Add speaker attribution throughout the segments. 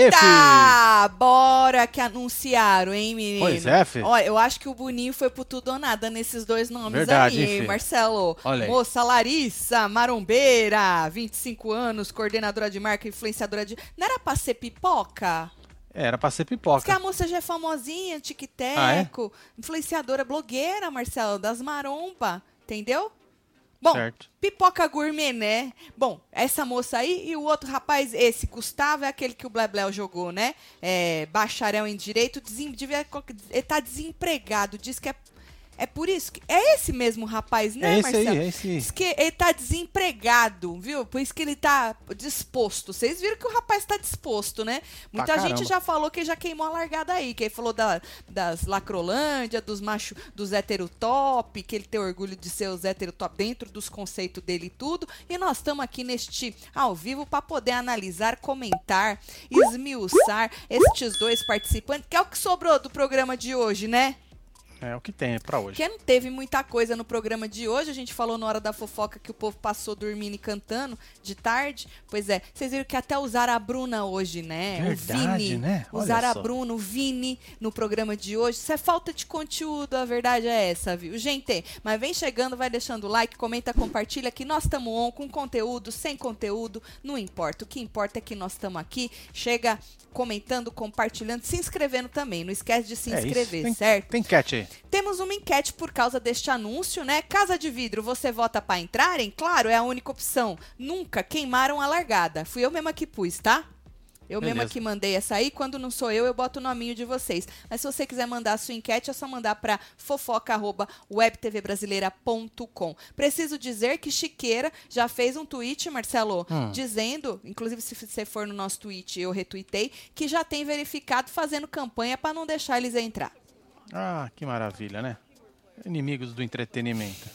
Speaker 1: Eita! Bora que anunciaram, hein, menino?
Speaker 2: Pois é, fi.
Speaker 1: Olha, eu acho que o Boninho foi pro tudo ou nada nesses dois nomes
Speaker 2: Verdade,
Speaker 1: aí,
Speaker 2: hein, fi?
Speaker 1: Marcelo.
Speaker 2: Olha aí.
Speaker 1: Moça Larissa Marombeira, 25 anos, coordenadora de marca, influenciadora de... Não era pra ser pipoca?
Speaker 2: É, Era pra ser
Speaker 1: Diz que
Speaker 2: pipoca.
Speaker 1: a moça já é famosinha,
Speaker 2: Ah, é?
Speaker 1: tic-teco, influenciadora, blogueira, Marcelo, das maromba, entendeu? Bom,
Speaker 2: Certo.
Speaker 1: pipoca gourmet, né? Bom, essa moça aí e o outro rapaz, esse Gustavo, é aquele que o Blebleu jogou, né? É, bacharel em Direito, desem, devia, co- ele tá desempregado, diz que é, é por isso. Que, é esse mesmo rapaz, né,
Speaker 2: É esse aí,
Speaker 1: Marcelo?
Speaker 2: é esse aí.
Speaker 1: Diz que ele tá desempregado, viu? Por isso que ele tá disposto. Vocês viram que o rapaz tá disposto, né? Muita
Speaker 2: Pra
Speaker 1: gente
Speaker 2: caramba.
Speaker 1: já falou que já queimou a largada aí, que ele falou da- das lacrolândia, dos macho, dos heterotop, que ele tem orgulho de ser os heterotop dentro dos conceitos dele e tudo. E nós estamos aqui neste ao vivo para poder analisar, comentar, esmiuçar estes dois participantes, que é o que sobrou do programa de hoje, né?
Speaker 2: É o que tem é pra hoje.
Speaker 1: Porque não teve muita coisa no programa de hoje. A gente falou na hora da fofoca que o povo passou dormindo e cantando de tarde. Pois é, vocês viram que até usaram a Bruna hoje, né? o
Speaker 2: Verdade,
Speaker 1: Vini.
Speaker 2: né? Olha
Speaker 1: Usaram a
Speaker 2: só.
Speaker 1: Bruna, o Vini no programa de hoje. Isso é falta de conteúdo, a verdade é essa, viu? Gente, mas vem chegando, vai deixando o like, comenta, compartilha que nós estamos on com conteúdo, sem conteúdo, não importa. O que importa é que nós estamos aqui. Chega comentando, compartilhando, se inscrevendo também. Não esquece de se
Speaker 2: É isso.
Speaker 1: inscrever,
Speaker 2: Tem-
Speaker 1: certo?
Speaker 2: Tem cat aí.
Speaker 1: Temos uma enquete por causa deste anúncio, né? Casa de vidro, você vota pra entrarem? Claro, é a única opção. Nunca queimaram a largada. Fui eu mesma que pus, tá? Eu mesma
Speaker 2: Beleza.
Speaker 1: que mandei essa aí. Quando não sou eu, eu boto o nominho de vocês. Mas se você quiser mandar a sua enquete, é só mandar para fofoca@webtvbrasileira.com. Preciso dizer que Chiqueira já fez um tweet, Marcelo,
Speaker 2: Hum.
Speaker 1: dizendo, inclusive se você for no nosso tweet, eu retuitei, que já tem verificado fazendo campanha pra não deixar eles entrar.
Speaker 2: Ah, que maravilha, né? Inimigos do entretenimento.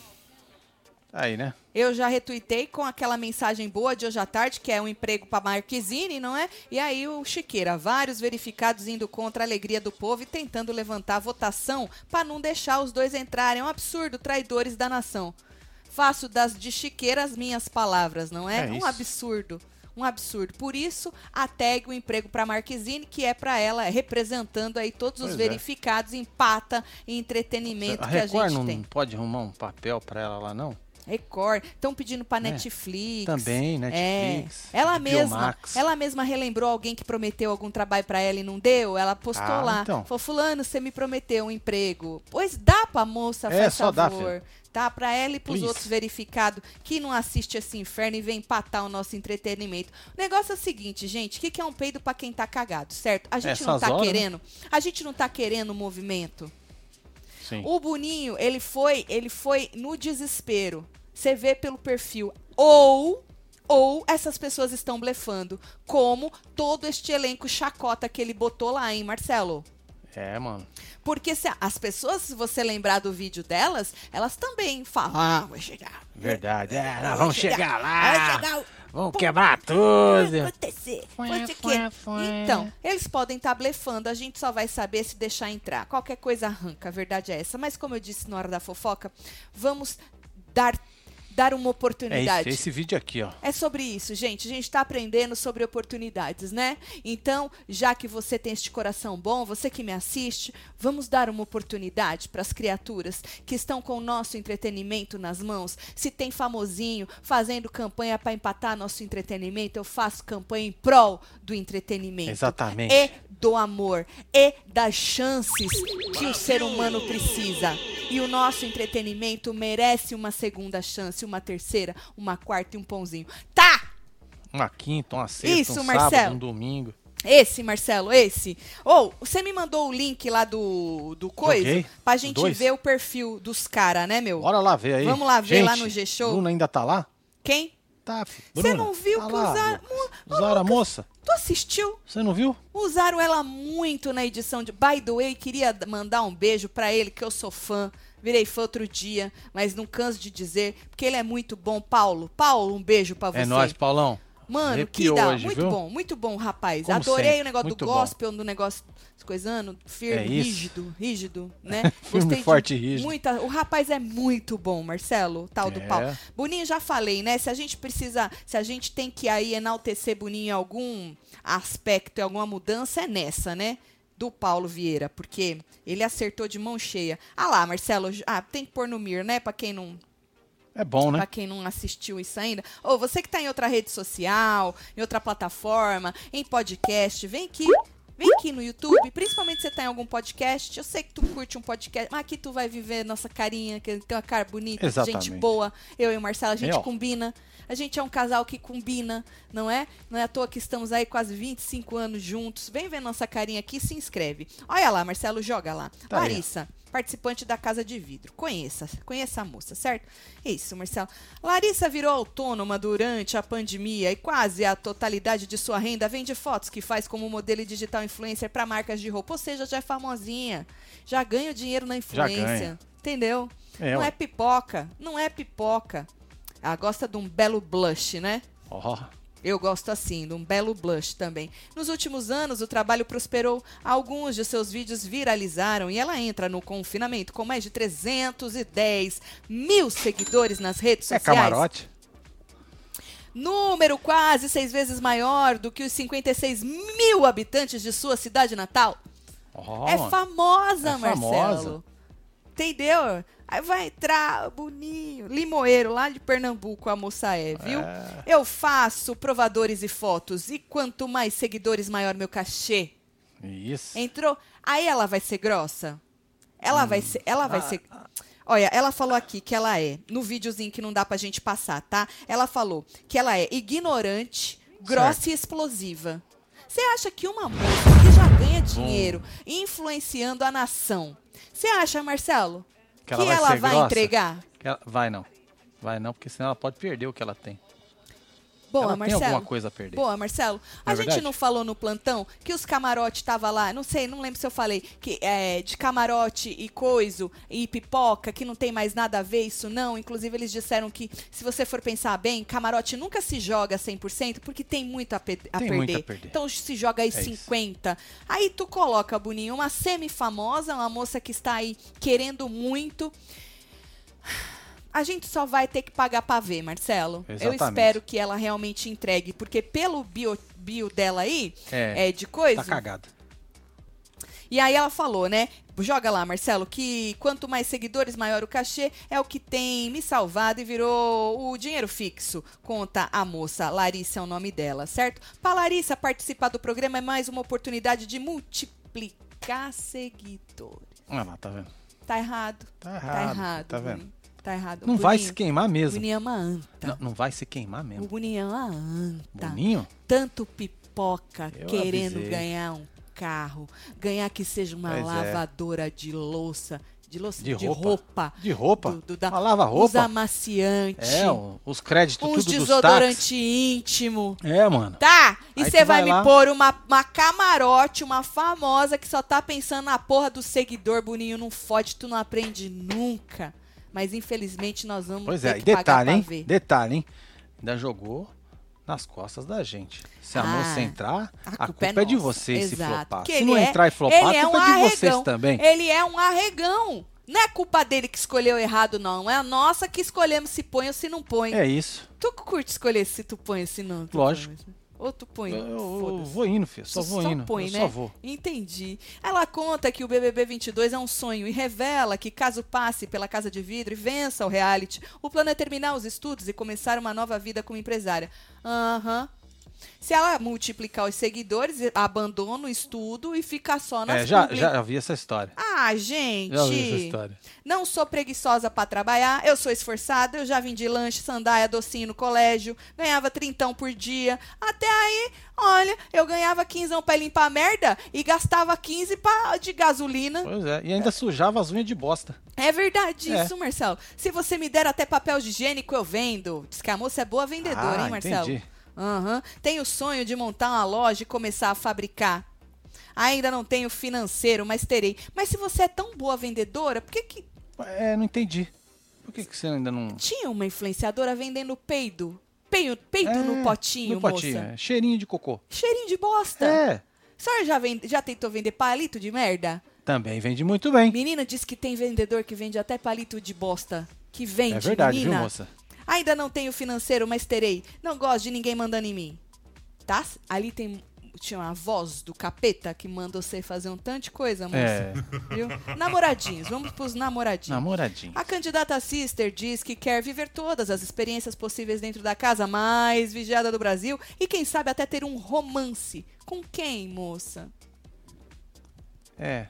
Speaker 2: Aí, né?
Speaker 1: Eu já retuitei com aquela mensagem boa de hoje à tarde, que é um emprego para Marquezine, não é? E aí o Chiqueira, vários verificados indo contra a alegria do povo e tentando levantar a votação para não deixar os dois entrarem. É um absurdo, traidores da nação. Faço das de Chiqueira as minhas palavras, não é?
Speaker 2: É
Speaker 1: um
Speaker 2: isso.
Speaker 1: absurdo. Um absurdo. Por isso, a tag o emprego para Marquezine, que é para ela, representando aí todos os
Speaker 2: Pois é.
Speaker 1: verificados, empata em entretenimento
Speaker 2: A
Speaker 1: que a
Speaker 2: Record
Speaker 1: gente
Speaker 2: não
Speaker 1: tem.
Speaker 2: pode arrumar um papel pra ela lá, não?
Speaker 1: Record, estão pedindo pra
Speaker 2: Né?
Speaker 1: Netflix.
Speaker 2: Também, né?
Speaker 1: É.
Speaker 2: Netflix.
Speaker 1: Ela mesma,
Speaker 2: Biomax.
Speaker 1: ela mesma relembrou alguém que prometeu algum trabalho pra ela e não deu. Ela postou
Speaker 2: Ah,
Speaker 1: lá.
Speaker 2: então.
Speaker 1: Falou, fulano, você me prometeu um emprego. Pois dá pra moça,
Speaker 2: É,
Speaker 1: faz
Speaker 2: só dá,
Speaker 1: favor. Tá, pra ela e pros
Speaker 2: Please.
Speaker 1: outros verificados que não assiste esse inferno e vem empatar o nosso entretenimento. O negócio é o seguinte, gente, o que, que é um peido pra quem tá cagado, certo? A gente não
Speaker 2: Essas
Speaker 1: tá
Speaker 2: horas, né?
Speaker 1: querendo, a gente não tá querendo movimento.
Speaker 2: Sim.
Speaker 1: O Boninho, ele foi, ele foi no desespero. Você vê pelo perfil. Ou ou essas pessoas estão blefando, como todo este elenco chacota que ele botou lá, hein, Marcelo?
Speaker 2: É, mano.
Speaker 1: Porque se- as pessoas, se você lembrar do vídeo delas, elas também falam, ah, vai chegar.
Speaker 2: Verdade. É,
Speaker 1: vai
Speaker 2: nós vamos
Speaker 1: chegar,
Speaker 2: chegar
Speaker 1: Vai
Speaker 2: lá.
Speaker 1: chegar É o
Speaker 2: Vamos
Speaker 1: Pum.
Speaker 2: quebrar
Speaker 1: vai
Speaker 2: tudo. É
Speaker 1: acontecer.
Speaker 2: Fué,
Speaker 1: Não sei o
Speaker 2: fué,
Speaker 1: quê.
Speaker 2: fué.
Speaker 1: Então, eles podem estar blefando, a gente só vai saber se deixar entrar. Qualquer coisa arranca, a verdade é essa. Mas como eu disse na hora da fofoca, vamos dar, dar uma
Speaker 2: É isso,
Speaker 1: oportunidade.
Speaker 2: esse vídeo aqui, ó.
Speaker 1: É sobre isso, gente. A gente está aprendendo sobre oportunidades, né? Então, já que você tem este coração bom, você que me assiste, vamos dar uma oportunidade para as criaturas que estão com o nosso entretenimento nas mãos. Se tem famosinho fazendo campanha para empatar nosso entretenimento, eu faço campanha em prol do entretenimento.
Speaker 2: Exatamente.
Speaker 1: E do amor e das chances que o ser humano precisa. E o nosso entretenimento merece uma segunda chance, uma terceira, uma quarta e um pãozinho. Tá!
Speaker 2: Uma quinta, uma sexta,
Speaker 1: Isso,
Speaker 2: um sábado,
Speaker 1: Marcelo.
Speaker 2: um domingo.
Speaker 1: Esse, Marcelo, esse. Ou, você me mandou o link lá do, do coisa
Speaker 2: Joguei.
Speaker 1: pra gente
Speaker 2: Dois.
Speaker 1: ver o perfil dos caras, né, meu?
Speaker 2: Bora lá ver aí.
Speaker 1: Vamos lá ver
Speaker 2: Gente,
Speaker 1: lá no G-Show.
Speaker 2: Bruna ainda tá lá?
Speaker 1: Quem?
Speaker 2: Tá, fi.
Speaker 1: Você
Speaker 2: Bruna,
Speaker 1: não viu
Speaker 2: tá
Speaker 1: que
Speaker 2: lá.
Speaker 1: usaram- tá
Speaker 2: Usaram a moça?
Speaker 1: Tu assistiu?
Speaker 2: Você não viu?
Speaker 1: Usaram ela muito na edição de By the Way, queria mandar um beijo pra ele, que eu sou fã. Virei fã outro dia, mas não canso de dizer, porque ele é muito bom, Paulo. Paulo, um beijo pra você.
Speaker 2: É nóis, Paulão.
Speaker 1: Mano,
Speaker 2: Arrepiou
Speaker 1: que dá.
Speaker 2: hoje,
Speaker 1: muito
Speaker 2: viu?
Speaker 1: bom, muito bom, rapaz.
Speaker 2: Como
Speaker 1: Adorei
Speaker 2: sempre,
Speaker 1: o negócio
Speaker 2: muito
Speaker 1: do
Speaker 2: bom.
Speaker 1: gospel, do negócio das coisando, firme,
Speaker 2: É isso.
Speaker 1: rígido, rígido, né?
Speaker 2: Firme, forte e rígido.
Speaker 1: Muita, o rapaz é muito bom, Marcelo, o tal do
Speaker 2: É.
Speaker 1: pau. Boninho, já falei, né? Se a gente precisa, se a gente tem que aí enaltecer Boninho em algum aspecto, em alguma mudança, é nessa, né? Do Paulo Vieira, porque ele acertou de mão cheia. Ah lá, Marcelo, ah, tem que pôr no mir, né? Pra quem não
Speaker 2: É bom, né?
Speaker 1: Pra quem não assistiu isso ainda. Ou você que tá em outra rede social, em outra plataforma, em podcast, vem aqui. Vem aqui no YouTube, principalmente se você tá em algum podcast. Eu sei que tu curte um podcast, mas aqui tu vai viver nossa carinha, que tem uma cara bonita,
Speaker 2: Exatamente.
Speaker 1: gente boa. Eu e o Marcelo, a gente
Speaker 2: Ó.
Speaker 1: combina. A gente é um casal que combina, não é? Não é à toa que estamos aí quase 25 anos juntos. Vem ver nossa carinha aqui e se inscreve. Olha lá, Marcelo, joga lá.
Speaker 2: Tá aí, ó.
Speaker 1: Larissa, participante da Casa de Vidro. Conheça, conheça a moça, certo? É Isso, Marcelo. Larissa virou autônoma durante a pandemia e quase a totalidade de sua renda vem de fotos que faz como modelo e digital influencer para marcas de roupa. Ou seja, já é famosinha. Já ganha o dinheiro na influência.
Speaker 2: ganha.
Speaker 1: Entendeu?
Speaker 2: É,
Speaker 1: não
Speaker 2: ué.
Speaker 1: é pipoca. Não é pipoca. Ela gosta de um belo blush, né?
Speaker 2: Ó,
Speaker 1: Eu gosto assim, de um belo blush também. Nos últimos anos, o trabalho prosperou. Alguns de seus vídeos viralizaram e ela entra no confinamento com mais de 310 mil seguidores nas redes
Speaker 2: é
Speaker 1: sociais.
Speaker 2: camarote?
Speaker 1: Número quase seis vezes maior do que os 56 mil habitantes de sua cidade natal.
Speaker 2: Ó,
Speaker 1: É
Speaker 2: mano.
Speaker 1: famosa,
Speaker 2: É
Speaker 1: Marcelo.
Speaker 2: famosa.
Speaker 1: Entendeu? Aí vai entrar Boninho, Limoeiro, lá de Pernambuco, a moça é, viu?
Speaker 2: É.
Speaker 1: Eu faço provadores e fotos. E quanto mais seguidores, maior meu cachê.
Speaker 2: Isso.
Speaker 1: Entrou. Aí ela vai ser grossa. Ela vai ser. Ela vai ser. Olha, ela falou aqui que ela é, no videozinho que não dá pra gente passar, tá? Ela falou que ela é ignorante, grossa e explosiva. Você acha que uma moça que já ganha dinheiro influenciando a nação, você acha, Marcelo, que ela vai,
Speaker 2: ser grossa?
Speaker 1: entregar?
Speaker 2: Que ela- Vai não. Vai não, porque senão ela pode perder o que ela tem.
Speaker 1: Boa,
Speaker 2: ela
Speaker 1: Marcelo.
Speaker 2: tem alguma coisa a perder.
Speaker 1: Boa, Marcelo. A
Speaker 2: Não é
Speaker 1: gente
Speaker 2: verdade?
Speaker 1: não falou no plantão que os camarote tava lá, não sei, não lembro se eu falei, que é, de camarote e coiso e pipoca, que não tem mais nada a ver isso não. Inclusive eles disseram que se você for pensar bem, camarote nunca se joga 100% porque tem muito a, pe- a
Speaker 2: Tem
Speaker 1: perder.
Speaker 2: muito a perder.
Speaker 1: Então se joga aí
Speaker 2: É isso.
Speaker 1: 50. Aí tu coloca, Boninho, uma semi-famosa, uma moça que está aí querendo muito. A gente só vai ter que pagar pra ver, Marcelo. Eu
Speaker 2: Exatamente.
Speaker 1: espero que ela realmente entregue, porque pelo bio, bio dela aí, é,
Speaker 2: É,
Speaker 1: de coisa.
Speaker 2: tá cagada.
Speaker 1: e aí ela falou, né? Joga lá, Marcelo, que quanto mais seguidores, maior o cachê, é o que tem me salvado e virou o dinheiro fixo, conta a moça. Larissa é o nome dela, certo? Pra Larissa participar do programa é mais uma oportunidade de multiplicar seguidores.
Speaker 2: Ah lá, tá vendo?
Speaker 1: Tá errado.
Speaker 2: Tá errado.
Speaker 1: Tá errado.
Speaker 2: Tá vendo?
Speaker 1: Bruninho. Tá errado.
Speaker 2: Não vai
Speaker 1: Bruninho.
Speaker 2: se queimar mesmo.
Speaker 1: Boninho é uma anta.
Speaker 2: Não, não vai se queimar
Speaker 1: O
Speaker 2: mesmo.
Speaker 1: Boninho é uma anta.
Speaker 2: Boninho?
Speaker 1: Tanto pipoca
Speaker 2: Eu
Speaker 1: querendo
Speaker 2: avisei.
Speaker 1: ganhar um carro, ganhar que seja uma
Speaker 2: Pois é.
Speaker 1: lavadora de louça, de louça,
Speaker 2: De
Speaker 1: de,
Speaker 2: roupa.
Speaker 1: roupa.
Speaker 2: De roupa?
Speaker 1: Do- do da-
Speaker 2: Uma lava-roupa?
Speaker 1: Uns amaciantes,
Speaker 2: É, o- os créditos
Speaker 1: uns
Speaker 2: tudo dos táxis.
Speaker 1: desodorante íntimo.
Speaker 2: É, mano.
Speaker 1: Tá, e
Speaker 2: Aí
Speaker 1: você vai,
Speaker 2: tu vai
Speaker 1: me
Speaker 2: lá.
Speaker 1: pôr uma, uma camarote, uma famosa que só tá pensando na porra do seguidor, Boninho, não fode, tu não aprende nunca. Mas infelizmente nós vamos
Speaker 2: Pois
Speaker 1: ter
Speaker 2: é, e
Speaker 1: que pagar
Speaker 2: detalhe,
Speaker 1: pra
Speaker 2: hein?
Speaker 1: ver.
Speaker 2: Detalhe, hein? Ainda jogou nas costas da gente. Se a
Speaker 1: Ah,
Speaker 2: moça entrar, a, culpa é, de
Speaker 1: nossa.
Speaker 2: vocês se
Speaker 1: Exato.
Speaker 2: flopar.
Speaker 1: Porque
Speaker 2: se não
Speaker 1: ele é-
Speaker 2: entrar e flopar, a
Speaker 1: ele é
Speaker 2: culpa é,
Speaker 1: um
Speaker 2: de
Speaker 1: arregão.
Speaker 2: vocês também.
Speaker 1: Ele é um arregão. Não é culpa dele que escolheu errado, não. É a nossa que escolhemos se põe ou se não põe.
Speaker 2: É isso.
Speaker 1: Tu curte escolher se tu põe ou se não? tu
Speaker 2: Lógico.
Speaker 1: põe? Ou tu põe.
Speaker 2: Eu, eu
Speaker 1: foda-se.
Speaker 2: vou indo, filho. Só
Speaker 1: Tu
Speaker 2: vou indo.
Speaker 1: põe,
Speaker 2: eu
Speaker 1: né?
Speaker 2: só vou.
Speaker 1: Entendi. Ela conta que o BBB 22 é um sonho e revela que caso passe pela casa de vidro e vença o reality, o plano é terminar os estudos e começar uma nova vida como empresária. Aham. Se ela multiplicar os seguidores, abandona o estudo e fica só nas
Speaker 2: É, já,
Speaker 1: publi.
Speaker 2: já vi essa história.
Speaker 1: Ah, gente.
Speaker 2: Já vi essa história.
Speaker 1: Não sou preguiçosa pra trabalhar, eu sou esforçada, eu já vim de lanche, sandália, docinho no colégio, ganhava trintão por dia. Até aí, olha, eu ganhava quinzão pra limpar a merda e gastava 15 pra, de gasolina.
Speaker 2: Pois é. E ainda sujava as unhas de bosta.
Speaker 1: É verdade
Speaker 2: É.
Speaker 1: isso, Marcelo. Se você me der até papel higiênico, eu vendo. Diz que a moça é boa vendedora,
Speaker 2: Ah,
Speaker 1: hein, Marcelo?
Speaker 2: entendi.
Speaker 1: Aham. Tenho o sonho de montar uma loja e começar a fabricar. Ainda não tenho financeiro, mas terei. Mas se você é tão boa vendedora, por que, que
Speaker 2: É, não entendi. Por que, que você ainda não.
Speaker 1: Tinha uma influenciadora vendendo peido. peito, peito
Speaker 2: É,
Speaker 1: no potinho,
Speaker 2: no potinho,
Speaker 1: moça. Tá.
Speaker 2: é. Cheirinho de cocô.
Speaker 1: Cheirinho de bosta.
Speaker 2: É,
Speaker 1: A senhora já, vende- já tentou vender palito de merda?
Speaker 2: também vende muito bem.
Speaker 1: Menina diz que tem vendedor que vende até palito de bosta. Que vende,
Speaker 2: É verdade, viu,
Speaker 1: menina.
Speaker 2: moça?
Speaker 1: Ainda não tenho financeiro, mas terei. Não gosto de ninguém mandando em mim. Tá? Ali tem tinha uma voz do capeta que manda você fazer um tanto de coisa, moça.
Speaker 2: É.
Speaker 1: Viu? Namoradinhos, vamos pros namoradinhos.
Speaker 2: Namoradinho.
Speaker 1: A candidata Sister diz que quer viver todas as experiências possíveis dentro da casa mais vigiada do Brasil e quem sabe até ter um romance. Com quem, moça?
Speaker 2: É.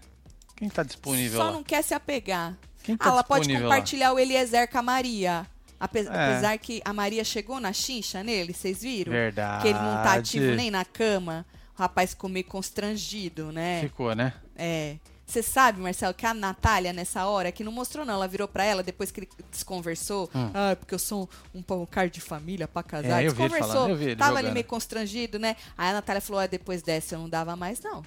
Speaker 2: Quem tá disponível
Speaker 1: Ah. Só
Speaker 2: lá?
Speaker 1: não quer se apegar.
Speaker 2: Quem tá
Speaker 1: Ah, ela pode
Speaker 2: disponível lá?
Speaker 1: compartilhar o Eliezer com a Maria. Ape- Apesar,
Speaker 2: É.
Speaker 1: que a Maria chegou na chincha nele, vocês viram?
Speaker 2: Verdade.
Speaker 1: Que ele não tá ativo nem na cama. O rapaz ficou meio constrangido, né?
Speaker 2: Ficou, né?
Speaker 1: É. Você sabe, Marcelo, que a Natália, nessa hora, que não mostrou, não. Ela virou pra ela depois que ele desconversou. Ah, é porque eu sou um, um pancar de família pra casar.
Speaker 2: É, eu vi ele
Speaker 1: desconversou.
Speaker 2: falando, eu vi ele
Speaker 1: Tava ali
Speaker 2: jogando.
Speaker 1: meio constrangido, né? Aí a Natália falou: ah, depois dessa eu não dava mais, não.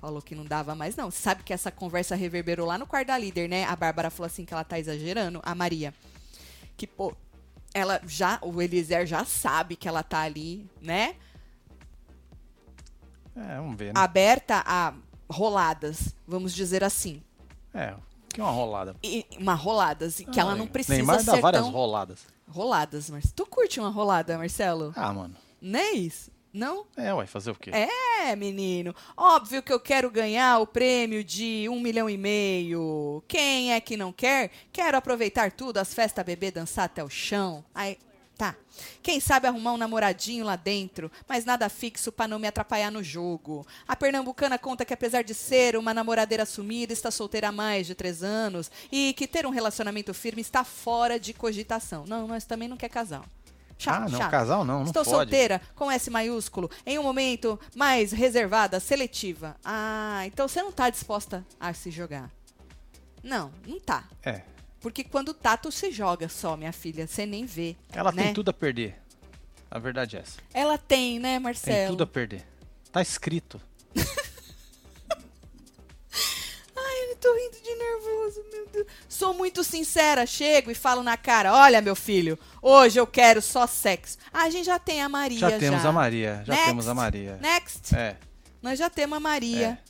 Speaker 1: Falou que não dava mais, não. Você sabe que essa conversa reverberou lá no quarto da líder, né? A Bárbara falou assim que ela tá exagerando, a Maria. Que, pô, ela já. O Eliezer já sabe que ela tá ali, né?
Speaker 2: É, vamos ver,
Speaker 1: Ah.
Speaker 2: né?
Speaker 1: Aberta a roladas, vamos dizer assim.
Speaker 2: É, que é uma rolada.
Speaker 1: e uma roladas, e que ela não precisa
Speaker 2: Neymar dá
Speaker 1: ser
Speaker 2: várias
Speaker 1: tão...
Speaker 2: roladas.
Speaker 1: Roladas, Marcelo. Tu curte uma rolada, Marcelo?
Speaker 2: Ah, mano.
Speaker 1: Não é isso? Não?
Speaker 2: É, ué, fazer o quê?
Speaker 1: É, menino. Óbvio que eu quero ganhar o prêmio de um milhão e meio. Quem é que não quer? Quero aproveitar tudo, as festas, beber, dançar até o chão. Aí, tá. Quem sabe arrumar um namoradinho lá dentro, mas nada fixo pra não me atrapalhar no jogo. A pernambucana conta que apesar de ser uma namoradeira sumida, está solteira há mais de três anos e que ter um relacionamento firme está fora de cogitação. Não, nós também não quer casal. Chato,
Speaker 2: ah, não,
Speaker 1: chato.
Speaker 2: casal não, não
Speaker 1: Estou
Speaker 2: pode.
Speaker 1: solteira, com S maiúsculo, em um momento mais reservada, seletiva. Ah, então você não tá disposta a se jogar. Não, não tá.
Speaker 2: É,
Speaker 1: Porque quando tá, tu se joga só, minha filha. Você nem vê.
Speaker 2: ela
Speaker 1: né?
Speaker 2: tem tudo a perder. A verdade é essa.
Speaker 1: Ela tem, né,
Speaker 2: Tem
Speaker 1: Marcelo?
Speaker 2: tudo a perder. Tá escrito.
Speaker 1: Ai, eu tô rindo de nervoso, meu Deus. Sou muito sincera, chego e falo na cara: olha, meu filho, hoje eu quero só sexo. Ah, a gente já tem a Maria. Já,
Speaker 2: já temos a Maria, já
Speaker 1: Next.
Speaker 2: temos a Maria.
Speaker 1: Next.
Speaker 2: É,
Speaker 1: Nós já temos a Maria.
Speaker 2: é.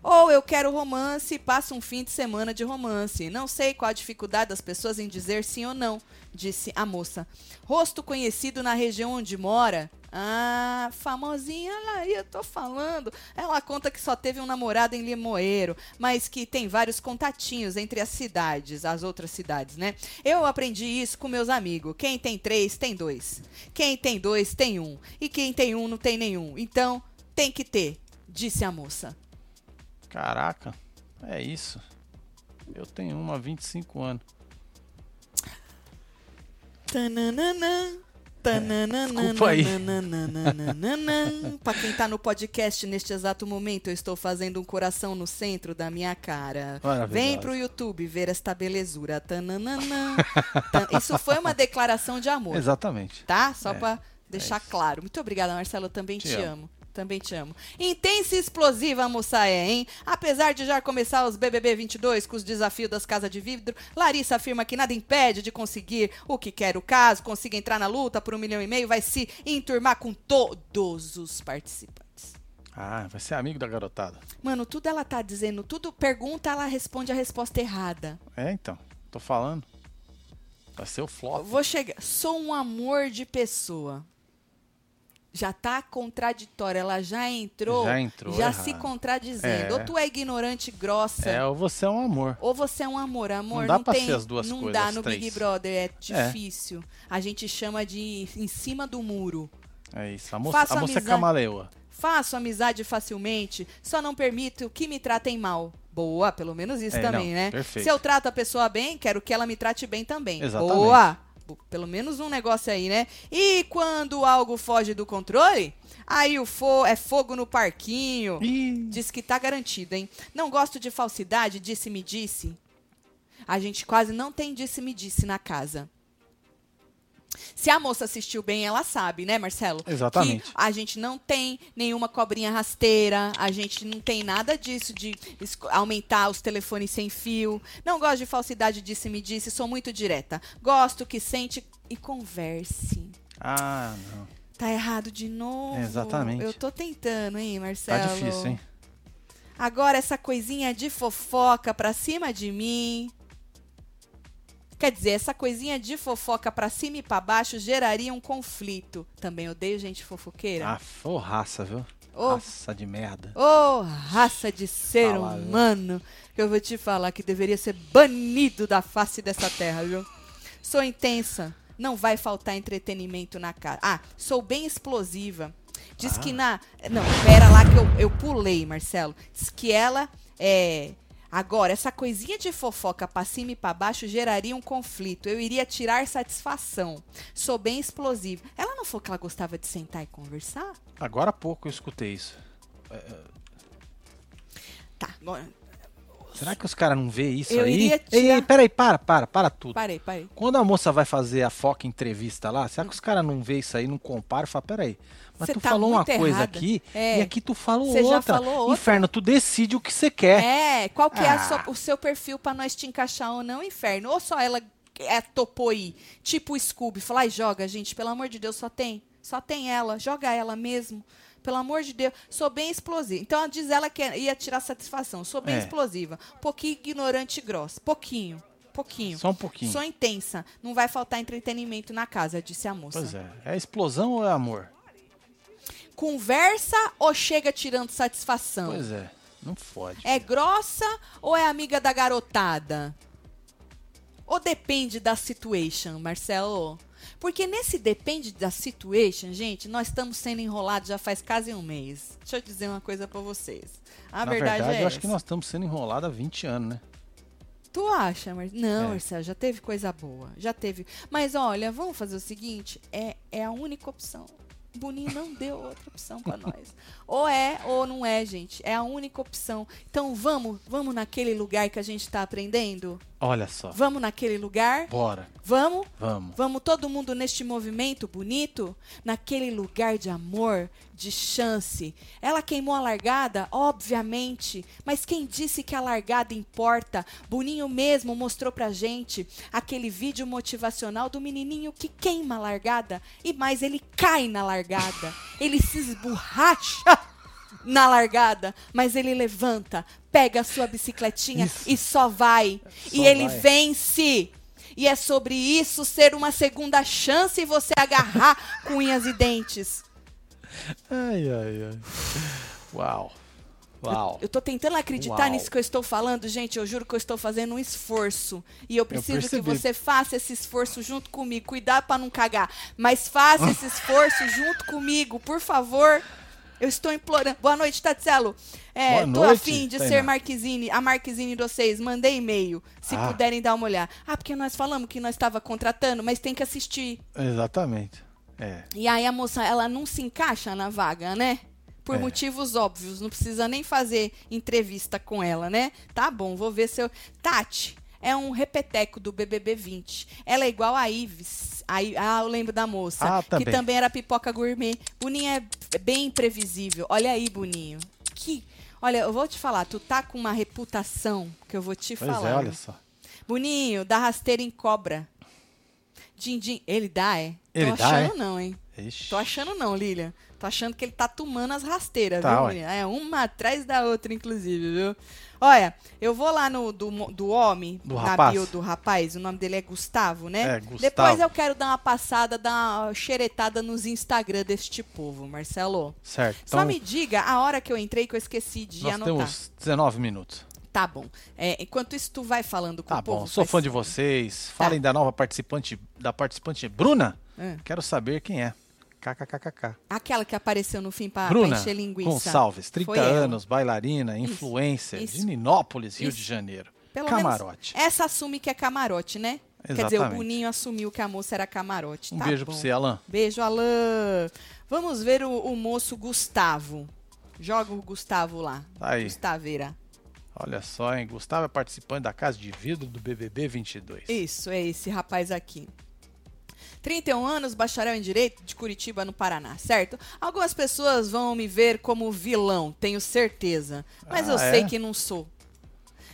Speaker 1: Ou eu quero romance e passo um fim de semana de romance. Não sei qual a dificuldade das pessoas em dizer sim ou não, disse a moça. Rosto conhecido na região onde mora. Ah, famosinha, olha aí, eu tô falando. Ela conta que só teve um namorado em Limoeiro, mas que tem vários contatinhos entre as cidades, as outras cidades, né? Eu aprendi isso com meus amigos. Quem tem três, tem dois. Quem tem dois, tem um. E quem tem um, não tem nenhum. Então, tem que ter, disse a moça.
Speaker 2: Caraca, é isso. Eu tenho uma há 25 anos.
Speaker 1: Tananana. Tananana.
Speaker 2: desculpa aí.
Speaker 1: nananana. Pra quem tá no podcast neste exato momento, eu estou fazendo um coração no centro da minha cara.
Speaker 2: Maravilhoso.
Speaker 1: Vem pro YouTube ver esta belezura. Tananana. Tan- Isso foi uma declaração de amor,
Speaker 2: Exatamente.
Speaker 1: tá? Só
Speaker 2: É,
Speaker 1: pra deixar
Speaker 2: isso.
Speaker 1: claro. Muito obrigada, Marcelo. Eu também
Speaker 2: Te
Speaker 1: te,
Speaker 2: amo.
Speaker 1: amo. Também te amo. Intensa e explosiva a moça é, hein? Apesar de já começar os BBB 22 com os desafios das casas de vidro, Larissa afirma que nada impede de conseguir o que quer o caso, consiga entrar na luta por um milhão e meio, vai se enturmar com todos os participantes.
Speaker 2: Ah, vai ser amigo da garotada.
Speaker 1: Mano, tudo ela tá dizendo, tudo pergunta, ela responde a resposta errada.
Speaker 2: É, então. Tô falando. Vai ser o
Speaker 1: Eu
Speaker 2: flop.
Speaker 1: Vou chegar. Sou um amor de pessoa. Já tá contraditória, ela já entrou,
Speaker 2: Já entrou
Speaker 1: já
Speaker 2: errado.
Speaker 1: se contradizendo.
Speaker 2: É.
Speaker 1: Ou tu é ignorante e grossa,
Speaker 2: É, ou você é um amor.
Speaker 1: ou você é um amor, amor.
Speaker 2: Não dá pra
Speaker 1: tem,
Speaker 2: ser as duas
Speaker 1: não
Speaker 2: coisas,
Speaker 1: dá
Speaker 2: as
Speaker 1: no Big
Speaker 2: três.
Speaker 1: Brother, é difícil. A gente chama de em cima do muro.
Speaker 2: É isso. A moça,
Speaker 1: Faça
Speaker 2: a moça é
Speaker 1: amizade.
Speaker 2: camaleoa.
Speaker 1: Faço amizade facilmente, só não permito que me tratem mal. Boa, pelo menos isso
Speaker 2: É,
Speaker 1: também,
Speaker 2: não,
Speaker 1: né?
Speaker 2: perfeito.
Speaker 1: Se eu trato a pessoa bem, quero que ela me trate bem também.
Speaker 2: Exatamente.
Speaker 1: Boa! Bu- Pelo menos um negócio aí, né? E quando algo foge do controle, aí o fo é fogo no parquinho.
Speaker 2: Ih,
Speaker 1: Diz que tá garantido, hein? Não gosto de falsidade, disse-me disse. A gente quase não tem disse-me disse na casa. Se a moça assistiu bem, ela sabe, né, Marcelo?
Speaker 2: Exatamente.
Speaker 1: Que a gente não tem nenhuma cobrinha rasteira, a gente não tem nada disso de esco- aumentar os telefones sem fio. Não gosto de falsidade, disse-me disse, sou muito direta. Gosto que sente e converse.
Speaker 2: Ah, não.
Speaker 1: Tá errado de novo.
Speaker 2: Exatamente.
Speaker 1: Eu tô tentando, hein, Marcelo?
Speaker 2: Tá difícil, hein?
Speaker 1: Agora essa coisinha de fofoca pra cima de mim. Quer dizer, essa coisinha de fofoca pra cima e pra baixo geraria um conflito. Também odeio gente fofoqueira.
Speaker 2: Ah, forraça, viu?
Speaker 1: Ô.
Speaker 2: Raça de merda.
Speaker 1: Ô, raça de ser
Speaker 2: Falar, viu?
Speaker 1: humano, que eu vou te falar que deveria ser banido da face dessa terra, viu? Sou intensa, não vai faltar entretenimento na casa. Ah, sou bem explosiva. Diz que na. Não, pera lá que eu, eu pulei, Marcelo. Diz que ela é. Agora, essa coisinha de fofoca pra cima e pra baixo geraria um conflito. Eu iria tirar satisfação. Sou bem explosiva. Ela não falou que ela gostava de sentar e conversar?
Speaker 2: Agora há pouco eu escutei isso.
Speaker 1: Tá, agora.
Speaker 2: Será que os caras não vê isso
Speaker 1: Eu
Speaker 2: aí?
Speaker 1: iria
Speaker 2: Ei, ei,
Speaker 1: tirar-
Speaker 2: peraí, para, para, para tudo.
Speaker 1: Parei, parei.
Speaker 2: Quando a moça vai fazer a foca entrevista lá, será que os caras não vê isso aí, não compara e fala, peraí, mas
Speaker 1: Você
Speaker 2: tu
Speaker 1: tá
Speaker 2: falou uma
Speaker 1: muito
Speaker 2: coisa
Speaker 1: errada."
Speaker 2: aqui
Speaker 1: É.
Speaker 2: e aqui tu falou
Speaker 1: Você já
Speaker 2: outra.
Speaker 1: falou outra.
Speaker 2: Inferno, tu decide o que você quer.
Speaker 1: É, qual que é a
Speaker 2: Ah.
Speaker 1: sua- o seu perfil pra nós te encaixar ou não, inferno? Ou só ela é, topou ir, tipo o Scooby, falar, ai, joga, gente, pelo amor de Deus, só tem, só tem ela, joga ela mesmo. Pelo amor de Deus, sou bem explosiva. Então, ela diz ela que ia tirar satisfação. Sou bem
Speaker 2: É.
Speaker 1: explosiva. Pouquinho ignorante e grossa. Pouquinho. Pouquinho.
Speaker 2: Só um pouquinho.
Speaker 1: Sou intensa. Não vai faltar entretenimento na casa, disse a moça.
Speaker 2: Pois é. É explosão ou é amor?
Speaker 1: Conversa ou chega tirando satisfação?
Speaker 2: Pois é. Não fode.
Speaker 1: É grossa ou é amiga da garotada? Ou depende da situation, Marcelo? Porque nesse depende da situation, gente, nós estamos sendo enrolados já faz quase um mês. Deixa eu dizer uma coisa pra vocês. A
Speaker 2: Na
Speaker 1: verdade,
Speaker 2: verdade,
Speaker 1: é essa.
Speaker 2: eu acho que nós estamos sendo enrolados há 20 anos, né?
Speaker 1: Tu acha, Mar... Não,
Speaker 2: É.
Speaker 1: Marcelo, já teve coisa boa. Já teve. Mas olha, vamos fazer o seguinte: é, é a única opção. Boninho não deu outra opção pra nós. Ou é ou não é, gente. É a única opção. Então vamos, vamos naquele lugar que a gente tá aprendendo?
Speaker 2: Olha só.
Speaker 1: Vamos naquele lugar?
Speaker 2: Bora.
Speaker 1: Vamos?
Speaker 2: Vamos.
Speaker 1: Vamos todo mundo neste movimento bonito, naquele lugar de amor, de chance. Ela queimou a largada, obviamente, mas quem disse que a largada importa? Boninho mesmo mostrou pra gente aquele vídeo motivacional do menininho que queima a largada e mais ele cai na largada. Ele se esborracha na largada, mas ele levanta, pega a sua bicicletinha
Speaker 2: Isso.
Speaker 1: e só vai.
Speaker 2: Só
Speaker 1: e ele
Speaker 2: vai.
Speaker 1: vence. E é sobre isso ser uma segunda chance e você agarrar com unhas e dentes.
Speaker 2: Ai, ai, ai. Uau. Uau.
Speaker 1: Eu tô tentando acreditar
Speaker 2: Uau.
Speaker 1: nisso que eu estou falando, gente. Eu juro que eu estou fazendo um esforço. E eu preciso que
Speaker 2: percebi.
Speaker 1: você faça esse esforço junto comigo. Cuidado pra não cagar. Mas faça esse esforço junto comigo, por favor. Eu estou implorando. Boa noite, Tatselo. É,
Speaker 2: Boa
Speaker 1: tô
Speaker 2: noite,
Speaker 1: afim de
Speaker 2: Tainá.
Speaker 1: ser Marquezine, a Marquezine de vocês. Mandei e-mail, se
Speaker 2: Ah.
Speaker 1: puderem dar uma olhada. Ah, porque nós falamos que nós estava contratando, mas tem que assistir.
Speaker 2: Exatamente. É.
Speaker 1: E aí a moça, ela não se encaixa na vaga, né? Por
Speaker 2: É.
Speaker 1: motivos óbvios, não precisa nem fazer entrevista com ela, né? Tá bom, vou ver se eu. Tati é um repeteco do BBB 20. Ela é igual a Ives. A I- Ah, eu lembro da moça.
Speaker 2: Ah, também.
Speaker 1: Que também era pipoca gourmet. Boninho é bem imprevisível. Olha aí, Boninho. Que. Olha, eu vou te falar, tu tá com uma reputação que eu vou te
Speaker 2: Pois
Speaker 1: falar. né?
Speaker 2: é, olha só.
Speaker 1: Boninho, dá rasteira em cobra. Dindim, ele dá, é?
Speaker 2: Ele
Speaker 1: Tô
Speaker 2: dá,
Speaker 1: achando
Speaker 2: é?
Speaker 1: não, hein?
Speaker 2: Ixi.
Speaker 1: Tô achando não, Lilian. Tô achando que ele tá tomando as rasteiras,
Speaker 2: Tá,
Speaker 1: viu,
Speaker 2: ué.
Speaker 1: menina? É uma atrás da outra, inclusive, viu? Olha, eu vou lá no do, mo- do homem,
Speaker 2: Do
Speaker 1: na
Speaker 2: rapaz?
Speaker 1: bio do rapaz, o nome dele é Gustavo, né?
Speaker 2: É, Gustavo.
Speaker 1: Depois eu quero dar uma passada, dar uma xeretada nos Instagram deste povo, Marcelo.
Speaker 2: Certo.
Speaker 1: Só
Speaker 2: Então,
Speaker 1: me diga a hora que eu entrei que eu esqueci de
Speaker 2: nós
Speaker 1: anotar.
Speaker 2: temos 19 minutos.
Speaker 1: Tá bom. É, enquanto isso, tu vai falando com
Speaker 2: Tá
Speaker 1: o povo.
Speaker 2: bom, sou
Speaker 1: faz- Tá.
Speaker 2: fã de vocês. Falem da nova participante, da participante Bruna.
Speaker 1: É.
Speaker 2: Quero saber quem é. KKKKK.
Speaker 1: Aquela que apareceu no fim pra, pra
Speaker 2: Bruna
Speaker 1: encher linguiça.
Speaker 2: Gonçalves, 30
Speaker 1: Foi ela.
Speaker 2: anos, bailarina, influencer,
Speaker 1: Isso.
Speaker 2: de Ninópolis, Rio
Speaker 1: Isso.
Speaker 2: de Janeiro.
Speaker 1: Pelo
Speaker 2: Camarote.
Speaker 1: menos essa assume que é camarote, né? Quer dizer, o
Speaker 2: Exatamente.
Speaker 1: Boninho assumiu que a moça era camarote.
Speaker 2: um
Speaker 1: Tá
Speaker 2: beijo
Speaker 1: bom.
Speaker 2: pra você, Alan.
Speaker 1: Beijo, Alain. Vamos ver o, o moço Gustavo. Joga o Gustavo lá.
Speaker 2: Tá aí.
Speaker 1: Gustaveira.
Speaker 2: Olha só, hein? Gustavo é participante da Casa de Vidro do BBB 22.
Speaker 1: Isso, é esse rapaz aqui. 31 anos, bacharel em Direito de Curitiba, no Paraná, certo? Algumas pessoas vão me ver como vilão, tenho certeza. Mas
Speaker 2: Ah,
Speaker 1: eu sei
Speaker 2: é?
Speaker 1: que não sou.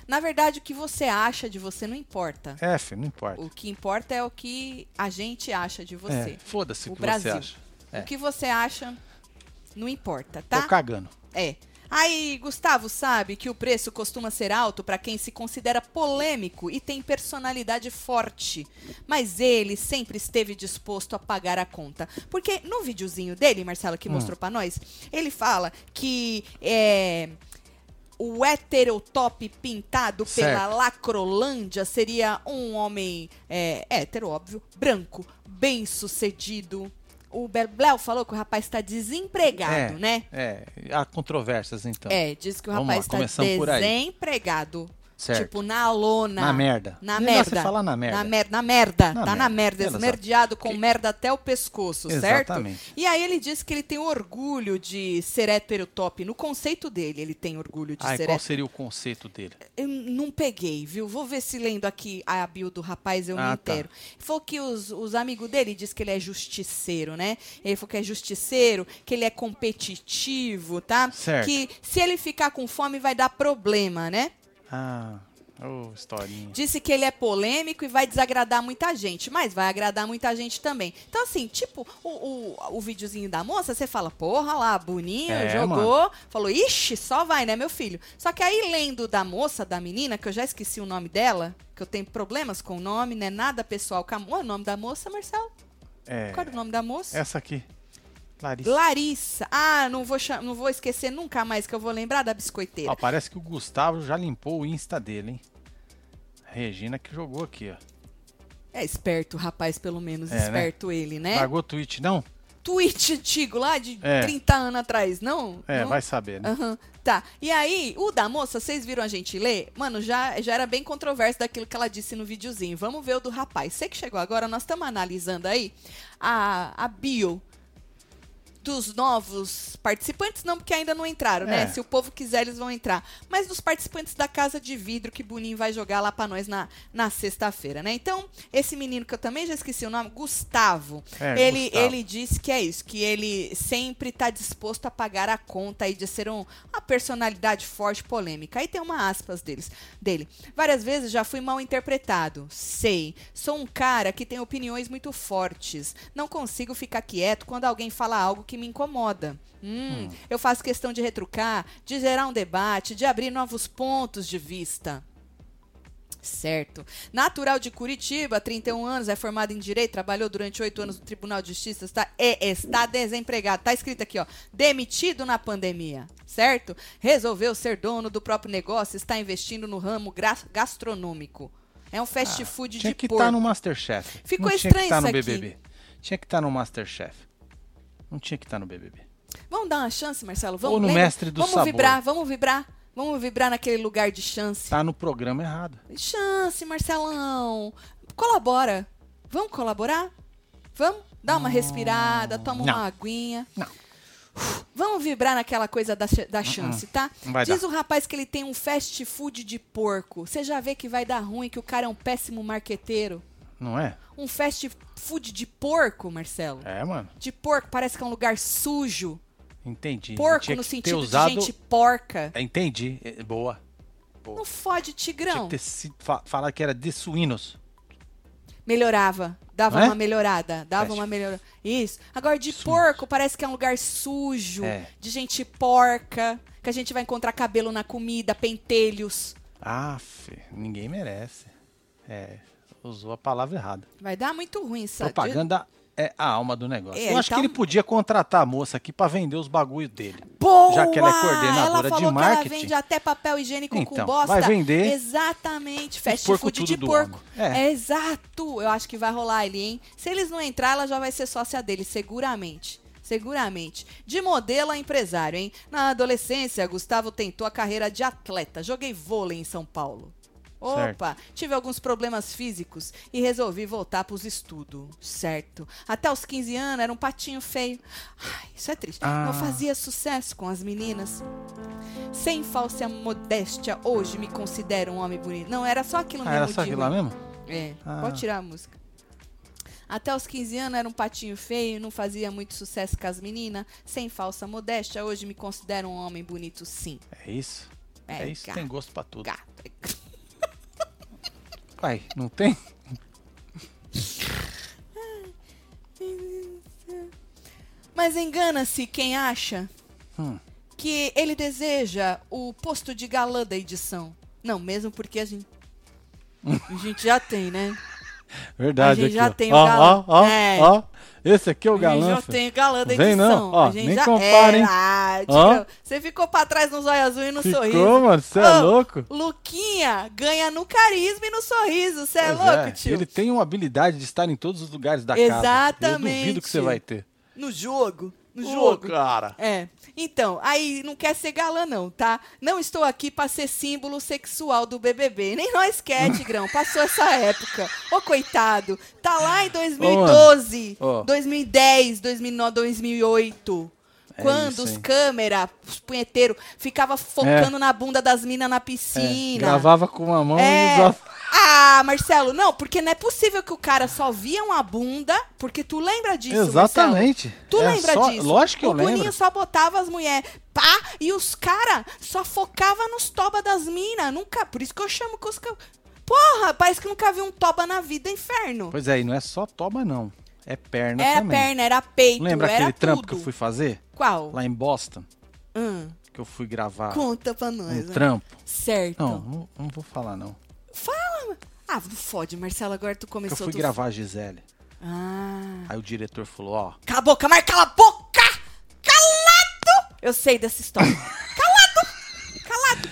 Speaker 1: Na verdade, o que você acha de você não importa.
Speaker 2: É, filho, não importa.
Speaker 1: O que importa é o que a gente acha de você.
Speaker 2: É, Foda-se o
Speaker 1: o
Speaker 2: que
Speaker 1: Brasil.
Speaker 2: você acha. É.
Speaker 1: O que você acha não importa, tá?
Speaker 2: Tô cagando.
Speaker 1: É. Aí, Gustavo sabe que o preço costuma ser alto para quem se considera polêmico e tem personalidade forte. Mas ele sempre esteve disposto a pagar a conta. Porque no videozinho dele, Marcelo,
Speaker 2: Hum.
Speaker 1: que mostrou pra nós, ele fala que é, o heterotop pintado pela
Speaker 2: Certo.
Speaker 1: Lacrolândia seria um homem é, hétero, óbvio, branco, bem sucedido. O Bebléu falou que o rapaz está desempregado,
Speaker 2: é,
Speaker 1: né?
Speaker 2: É, há controvérsias então.
Speaker 1: É, diz que o
Speaker 2: Vamos
Speaker 1: rapaz
Speaker 2: lá,
Speaker 1: está
Speaker 2: começamos por aí.
Speaker 1: desempregado.
Speaker 2: Certo.
Speaker 1: Tipo, na lona.
Speaker 2: Na merda.
Speaker 1: Na
Speaker 2: O negócio
Speaker 1: merda.
Speaker 2: é falar na merda.
Speaker 1: Na, mer na merda.
Speaker 2: Na
Speaker 1: tá
Speaker 2: merda.
Speaker 1: na merda.
Speaker 2: Exato.
Speaker 1: Esmerdeado, com
Speaker 2: Que-
Speaker 1: merda até o pescoço, certo?
Speaker 2: Exatamente.
Speaker 1: E aí ele diz que ele tem orgulho de ser heterotop. No conceito dele, ele tem orgulho de
Speaker 2: Ai,
Speaker 1: ser
Speaker 2: qual seria o conceito dele?
Speaker 1: eu não peguei, viu? Vou ver se lendo aqui a bio do rapaz eu me
Speaker 2: Ah, tá.
Speaker 1: inteiro. Falou que os, os amigos dele diz que ele é justiceiro, né? Ele falou que é justiceiro, que ele é competitivo, tá?
Speaker 2: Certo.
Speaker 1: Que se ele ficar com fome vai dar problema, né?
Speaker 2: Ah, ô historinha.
Speaker 1: Disse que ele é polêmico e vai desagradar muita gente, mas vai agradar muita gente também. Então, assim, tipo, o, o, o videozinho da moça, você fala, porra lá, boninho,
Speaker 2: É,
Speaker 1: jogou, falou, ixi, só vai, né, meu filho? Só que aí, lendo da moça, da menina, que eu já esqueci o nome dela, que eu tenho problemas com o nome, né? Nada pessoal com a mo- o nome da moça, Marcelo?
Speaker 2: É,
Speaker 1: Qual era o nome da moça?
Speaker 2: essa aqui. Larissa.
Speaker 1: Larissa. Ah, não vou, cha- não vou esquecer nunca mais que eu vou lembrar da biscoiteira.
Speaker 2: Ó, parece que o Gustavo já limpou o Insta dele, hein? A Regina que jogou aqui, ó.
Speaker 1: É esperto, o rapaz, pelo menos,
Speaker 2: É, né?
Speaker 1: esperto ele, né?
Speaker 2: Largou o tweet, não?
Speaker 1: tweet antigo lá de
Speaker 2: É.
Speaker 1: 30 anos atrás, não?
Speaker 2: É,
Speaker 1: não?
Speaker 2: vai saber, né?
Speaker 1: Aham, Tá. E aí, o da moça, vocês viram a gente ler? Mano, já, já era bem controverso daquilo que ela disse no videozinho. Vamos ver o do rapaz. Você que chegou agora, nós estamos analisando aí a, a bio dos novos participantes, não, porque ainda não entraram, né?
Speaker 2: É.
Speaker 1: Se o povo quiser, eles vão entrar. Mas dos participantes da Casa de Vidro, que Boninho vai jogar lá pra nós na, na sexta-feira, né? Então, esse menino que eu também já esqueci o nome, Gustavo.
Speaker 2: É,
Speaker 1: ele,
Speaker 2: Gustavo.
Speaker 1: ele disse que é isso, que ele sempre tá disposto a pagar a conta aí de ser um- uma personalidade forte, polêmica. Aí tem uma aspas deles, dele. Várias vezes já fui mal interpretado. Sei. Sou um cara que tem opiniões muito fortes. Não consigo ficar quieto quando alguém fala algo que me incomoda. Hum, Eu faço questão de retrucar, de gerar um debate, de abrir novos pontos de vista. Certo. Natural de Curitiba, 31 anos, é formado em Direito, trabalhou durante oito anos no Tribunal de Justiça, está, e está desempregado. Está escrito aqui, ó, demitido na pandemia, certo? Resolveu ser dono do próprio negócio, está investindo no ramo gra- gastronômico. É um fast food
Speaker 2: Ah, Tinha
Speaker 1: de
Speaker 2: que
Speaker 1: porco.
Speaker 2: estar no Masterchef.
Speaker 1: Ficou
Speaker 2: não
Speaker 1: estranho
Speaker 2: tinha que tá
Speaker 1: isso
Speaker 2: no
Speaker 1: aqui.
Speaker 2: BBB. Tinha que estar no Masterchef. Não tinha que estar no BBB.
Speaker 1: Vamos dar uma chance, Marcelo? Vamos,
Speaker 2: Ou no
Speaker 1: lembra?
Speaker 2: Mestre do
Speaker 1: Vamos
Speaker 2: Sabor.
Speaker 1: vibrar, vamos vibrar. Vamos vibrar naquele lugar de chance.
Speaker 2: Tá no programa errado.
Speaker 1: Chance, Marcelão. Colabora. Vamos colaborar? Vamos? Dá uma respirada, toma
Speaker 2: não.
Speaker 1: uma aguinha.
Speaker 2: Não. Hum,
Speaker 1: Vamos vibrar naquela coisa da, ch- da chance, tá?
Speaker 2: Não vai
Speaker 1: Diz
Speaker 2: dar.
Speaker 1: o rapaz que ele tem um fast food de porco. Você já vê que vai dar ruim, que o cara é um péssimo marqueteiro.
Speaker 2: Não é?
Speaker 1: Um fast food de porco, Marcelo.
Speaker 2: É, mano.
Speaker 1: De porco, parece que é um lugar sujo.
Speaker 2: Entendi.
Speaker 1: Porco
Speaker 2: tinha
Speaker 1: no
Speaker 2: que
Speaker 1: sentido
Speaker 2: ter usado...
Speaker 1: de gente porca.
Speaker 2: Entendi. É, Boa.
Speaker 1: Não fode,
Speaker 2: Tinha
Speaker 1: tigrão.
Speaker 2: que ter se... fa- falar que era de suínos.
Speaker 1: Melhorava. Dava
Speaker 2: Não é?
Speaker 1: uma melhorada. Dava
Speaker 2: Peste.
Speaker 1: uma melhorada. Isso. Agora, de
Speaker 2: Sujo.
Speaker 1: porco, parece que é um lugar sujo,
Speaker 2: É.
Speaker 1: de gente porca, que a gente vai encontrar cabelo na comida, pentelhos.
Speaker 2: Aff, ninguém merece. É, usou a palavra errada.
Speaker 1: Vai dar muito ruim isso.
Speaker 2: Propaganda é a alma do negócio.
Speaker 1: É,
Speaker 2: Eu acho
Speaker 1: então-
Speaker 2: que ele podia contratar a moça aqui pra vender os bagulho dele.
Speaker 1: Boa!
Speaker 2: Já que ela é
Speaker 1: ela
Speaker 2: coordenadora de
Speaker 1: falou
Speaker 2: marketing.
Speaker 1: Que ela vende até papel higiênico com
Speaker 2: Então,
Speaker 1: bosta.
Speaker 2: vai vender.
Speaker 1: Exatamente. Fast
Speaker 2: porco
Speaker 1: food
Speaker 2: tudo
Speaker 1: de
Speaker 2: do
Speaker 1: porco.
Speaker 2: homem. É.
Speaker 1: Exato. Eu acho que vai rolar ele, hein? Se eles não entrar, ela já vai ser sócia dele, seguramente. Seguramente. De modelo a empresário, hein? Na adolescência, Gustavo tentou a carreira de atleta. Joguei vôlei em São Paulo.
Speaker 2: Certo.
Speaker 1: Opa, tive alguns problemas físicos e resolvi voltar pros estudos, certo? Até os 15 anos era um patinho feio. Ai, isso é triste.
Speaker 2: Ah.
Speaker 1: Não fazia sucesso com as meninas. Sem falsa modéstia, hoje me considero um homem bonito. Não, era só aquilo
Speaker 2: Ah,
Speaker 1: mesmo.
Speaker 2: era só
Speaker 1: de
Speaker 2: aquilo lá
Speaker 1: ruim.
Speaker 2: mesmo?
Speaker 1: É,
Speaker 2: Ah.
Speaker 1: pode tirar a música. Até os 15 anos era um patinho feio, não fazia muito sucesso com as meninas. Sem falsa modéstia, hoje me considero um homem bonito, sim.
Speaker 2: É isso.
Speaker 1: É,
Speaker 2: É, isso,
Speaker 1: gato,
Speaker 2: tem gosto pra tudo.
Speaker 1: gato.
Speaker 2: Uai, não tem?
Speaker 1: Mas engana-se quem acha
Speaker 2: Hum.
Speaker 1: que ele deseja o posto de galã da edição. Não, mesmo porque a gente, a gente já tem, né?
Speaker 2: Verdade,
Speaker 1: A gente
Speaker 2: aqui,
Speaker 1: já
Speaker 2: ó.
Speaker 1: tem o
Speaker 2: ó,
Speaker 1: galã.
Speaker 2: Ó, ó,
Speaker 1: É.
Speaker 2: ó. Esse aqui é o
Speaker 1: a gente
Speaker 2: galã.
Speaker 1: já
Speaker 2: filho.
Speaker 1: tem galã da
Speaker 2: Vem
Speaker 1: edição.
Speaker 2: não, ó,
Speaker 1: a gente
Speaker 2: nem
Speaker 1: já
Speaker 2: compara, hein?
Speaker 1: Ah,
Speaker 2: Ó.
Speaker 1: Tigrão, Você ficou pra trás no zoiazinho e no
Speaker 2: Ficou,
Speaker 1: sorriso.
Speaker 2: mano? Você é
Speaker 1: Ô,
Speaker 2: louco?
Speaker 1: Luquinha ganha no carisma e no sorriso. Você é
Speaker 2: Pois
Speaker 1: louco, tio?
Speaker 2: Ele tem uma habilidade de estar em todos os lugares da casa. Eu duvido que você
Speaker 1: Exatamente.
Speaker 2: vai ter.
Speaker 1: No jogo. No
Speaker 2: Ô,
Speaker 1: jogo.
Speaker 2: cara.
Speaker 1: É. Então, aí não quer ser galã, não, tá? Não estou aqui pra ser símbolo sexual do BBB. Nem nós quer, Tigrão. Passou essa época. Ô, coitado. Tá lá em 2012,
Speaker 2: Ô, mano. Ó.
Speaker 1: 2010, 2009, 2008.
Speaker 2: É
Speaker 1: quando
Speaker 2: isso,
Speaker 1: os
Speaker 2: hein?
Speaker 1: câmera, os punheteiros, ficava focando na bunda das minas na
Speaker 2: É,
Speaker 1: piscina.
Speaker 2: gravava com uma mão
Speaker 1: É.
Speaker 2: e usava.
Speaker 1: Ah, Marcelo, não, porque não é possível que o cara só via uma bunda, porque tu lembra disso, Marcelo?
Speaker 2: Exatamente.
Speaker 1: Tu
Speaker 2: É
Speaker 1: lembra
Speaker 2: só-
Speaker 1: disso?
Speaker 2: Lógico que
Speaker 1: o
Speaker 2: eu lembro.
Speaker 1: Boninho só botava as mulheres pá, e os caras só focavam nos toba das minas. Nunca. Por isso que eu chamo que os. ca- Porra, parece que nunca vi um toba na vida, inferno.
Speaker 2: Pois é, e não é só toba, não. É perna
Speaker 1: era
Speaker 2: também.
Speaker 1: perna, era peito,
Speaker 2: Lembra
Speaker 1: era
Speaker 2: aquele
Speaker 1: tudo.
Speaker 2: trampo que eu fui fazer
Speaker 1: Qual?
Speaker 2: lá em Boston?
Speaker 1: Hum,
Speaker 2: Que eu fui gravar
Speaker 1: conta pra
Speaker 2: um
Speaker 1: nós. né?
Speaker 2: trampo.
Speaker 1: Certo.
Speaker 2: Não, não, não vou falar, não.
Speaker 1: Ah, fode, Marcelo, agora tu
Speaker 2: Porque
Speaker 1: começou
Speaker 2: eu fui
Speaker 1: tu-
Speaker 2: gravar a Gisele.
Speaker 1: Ah.
Speaker 2: Aí o diretor falou, ó,
Speaker 1: Cala a boca, Mar, cala a boca! Calado! Eu sei dessa história. calado! Calado!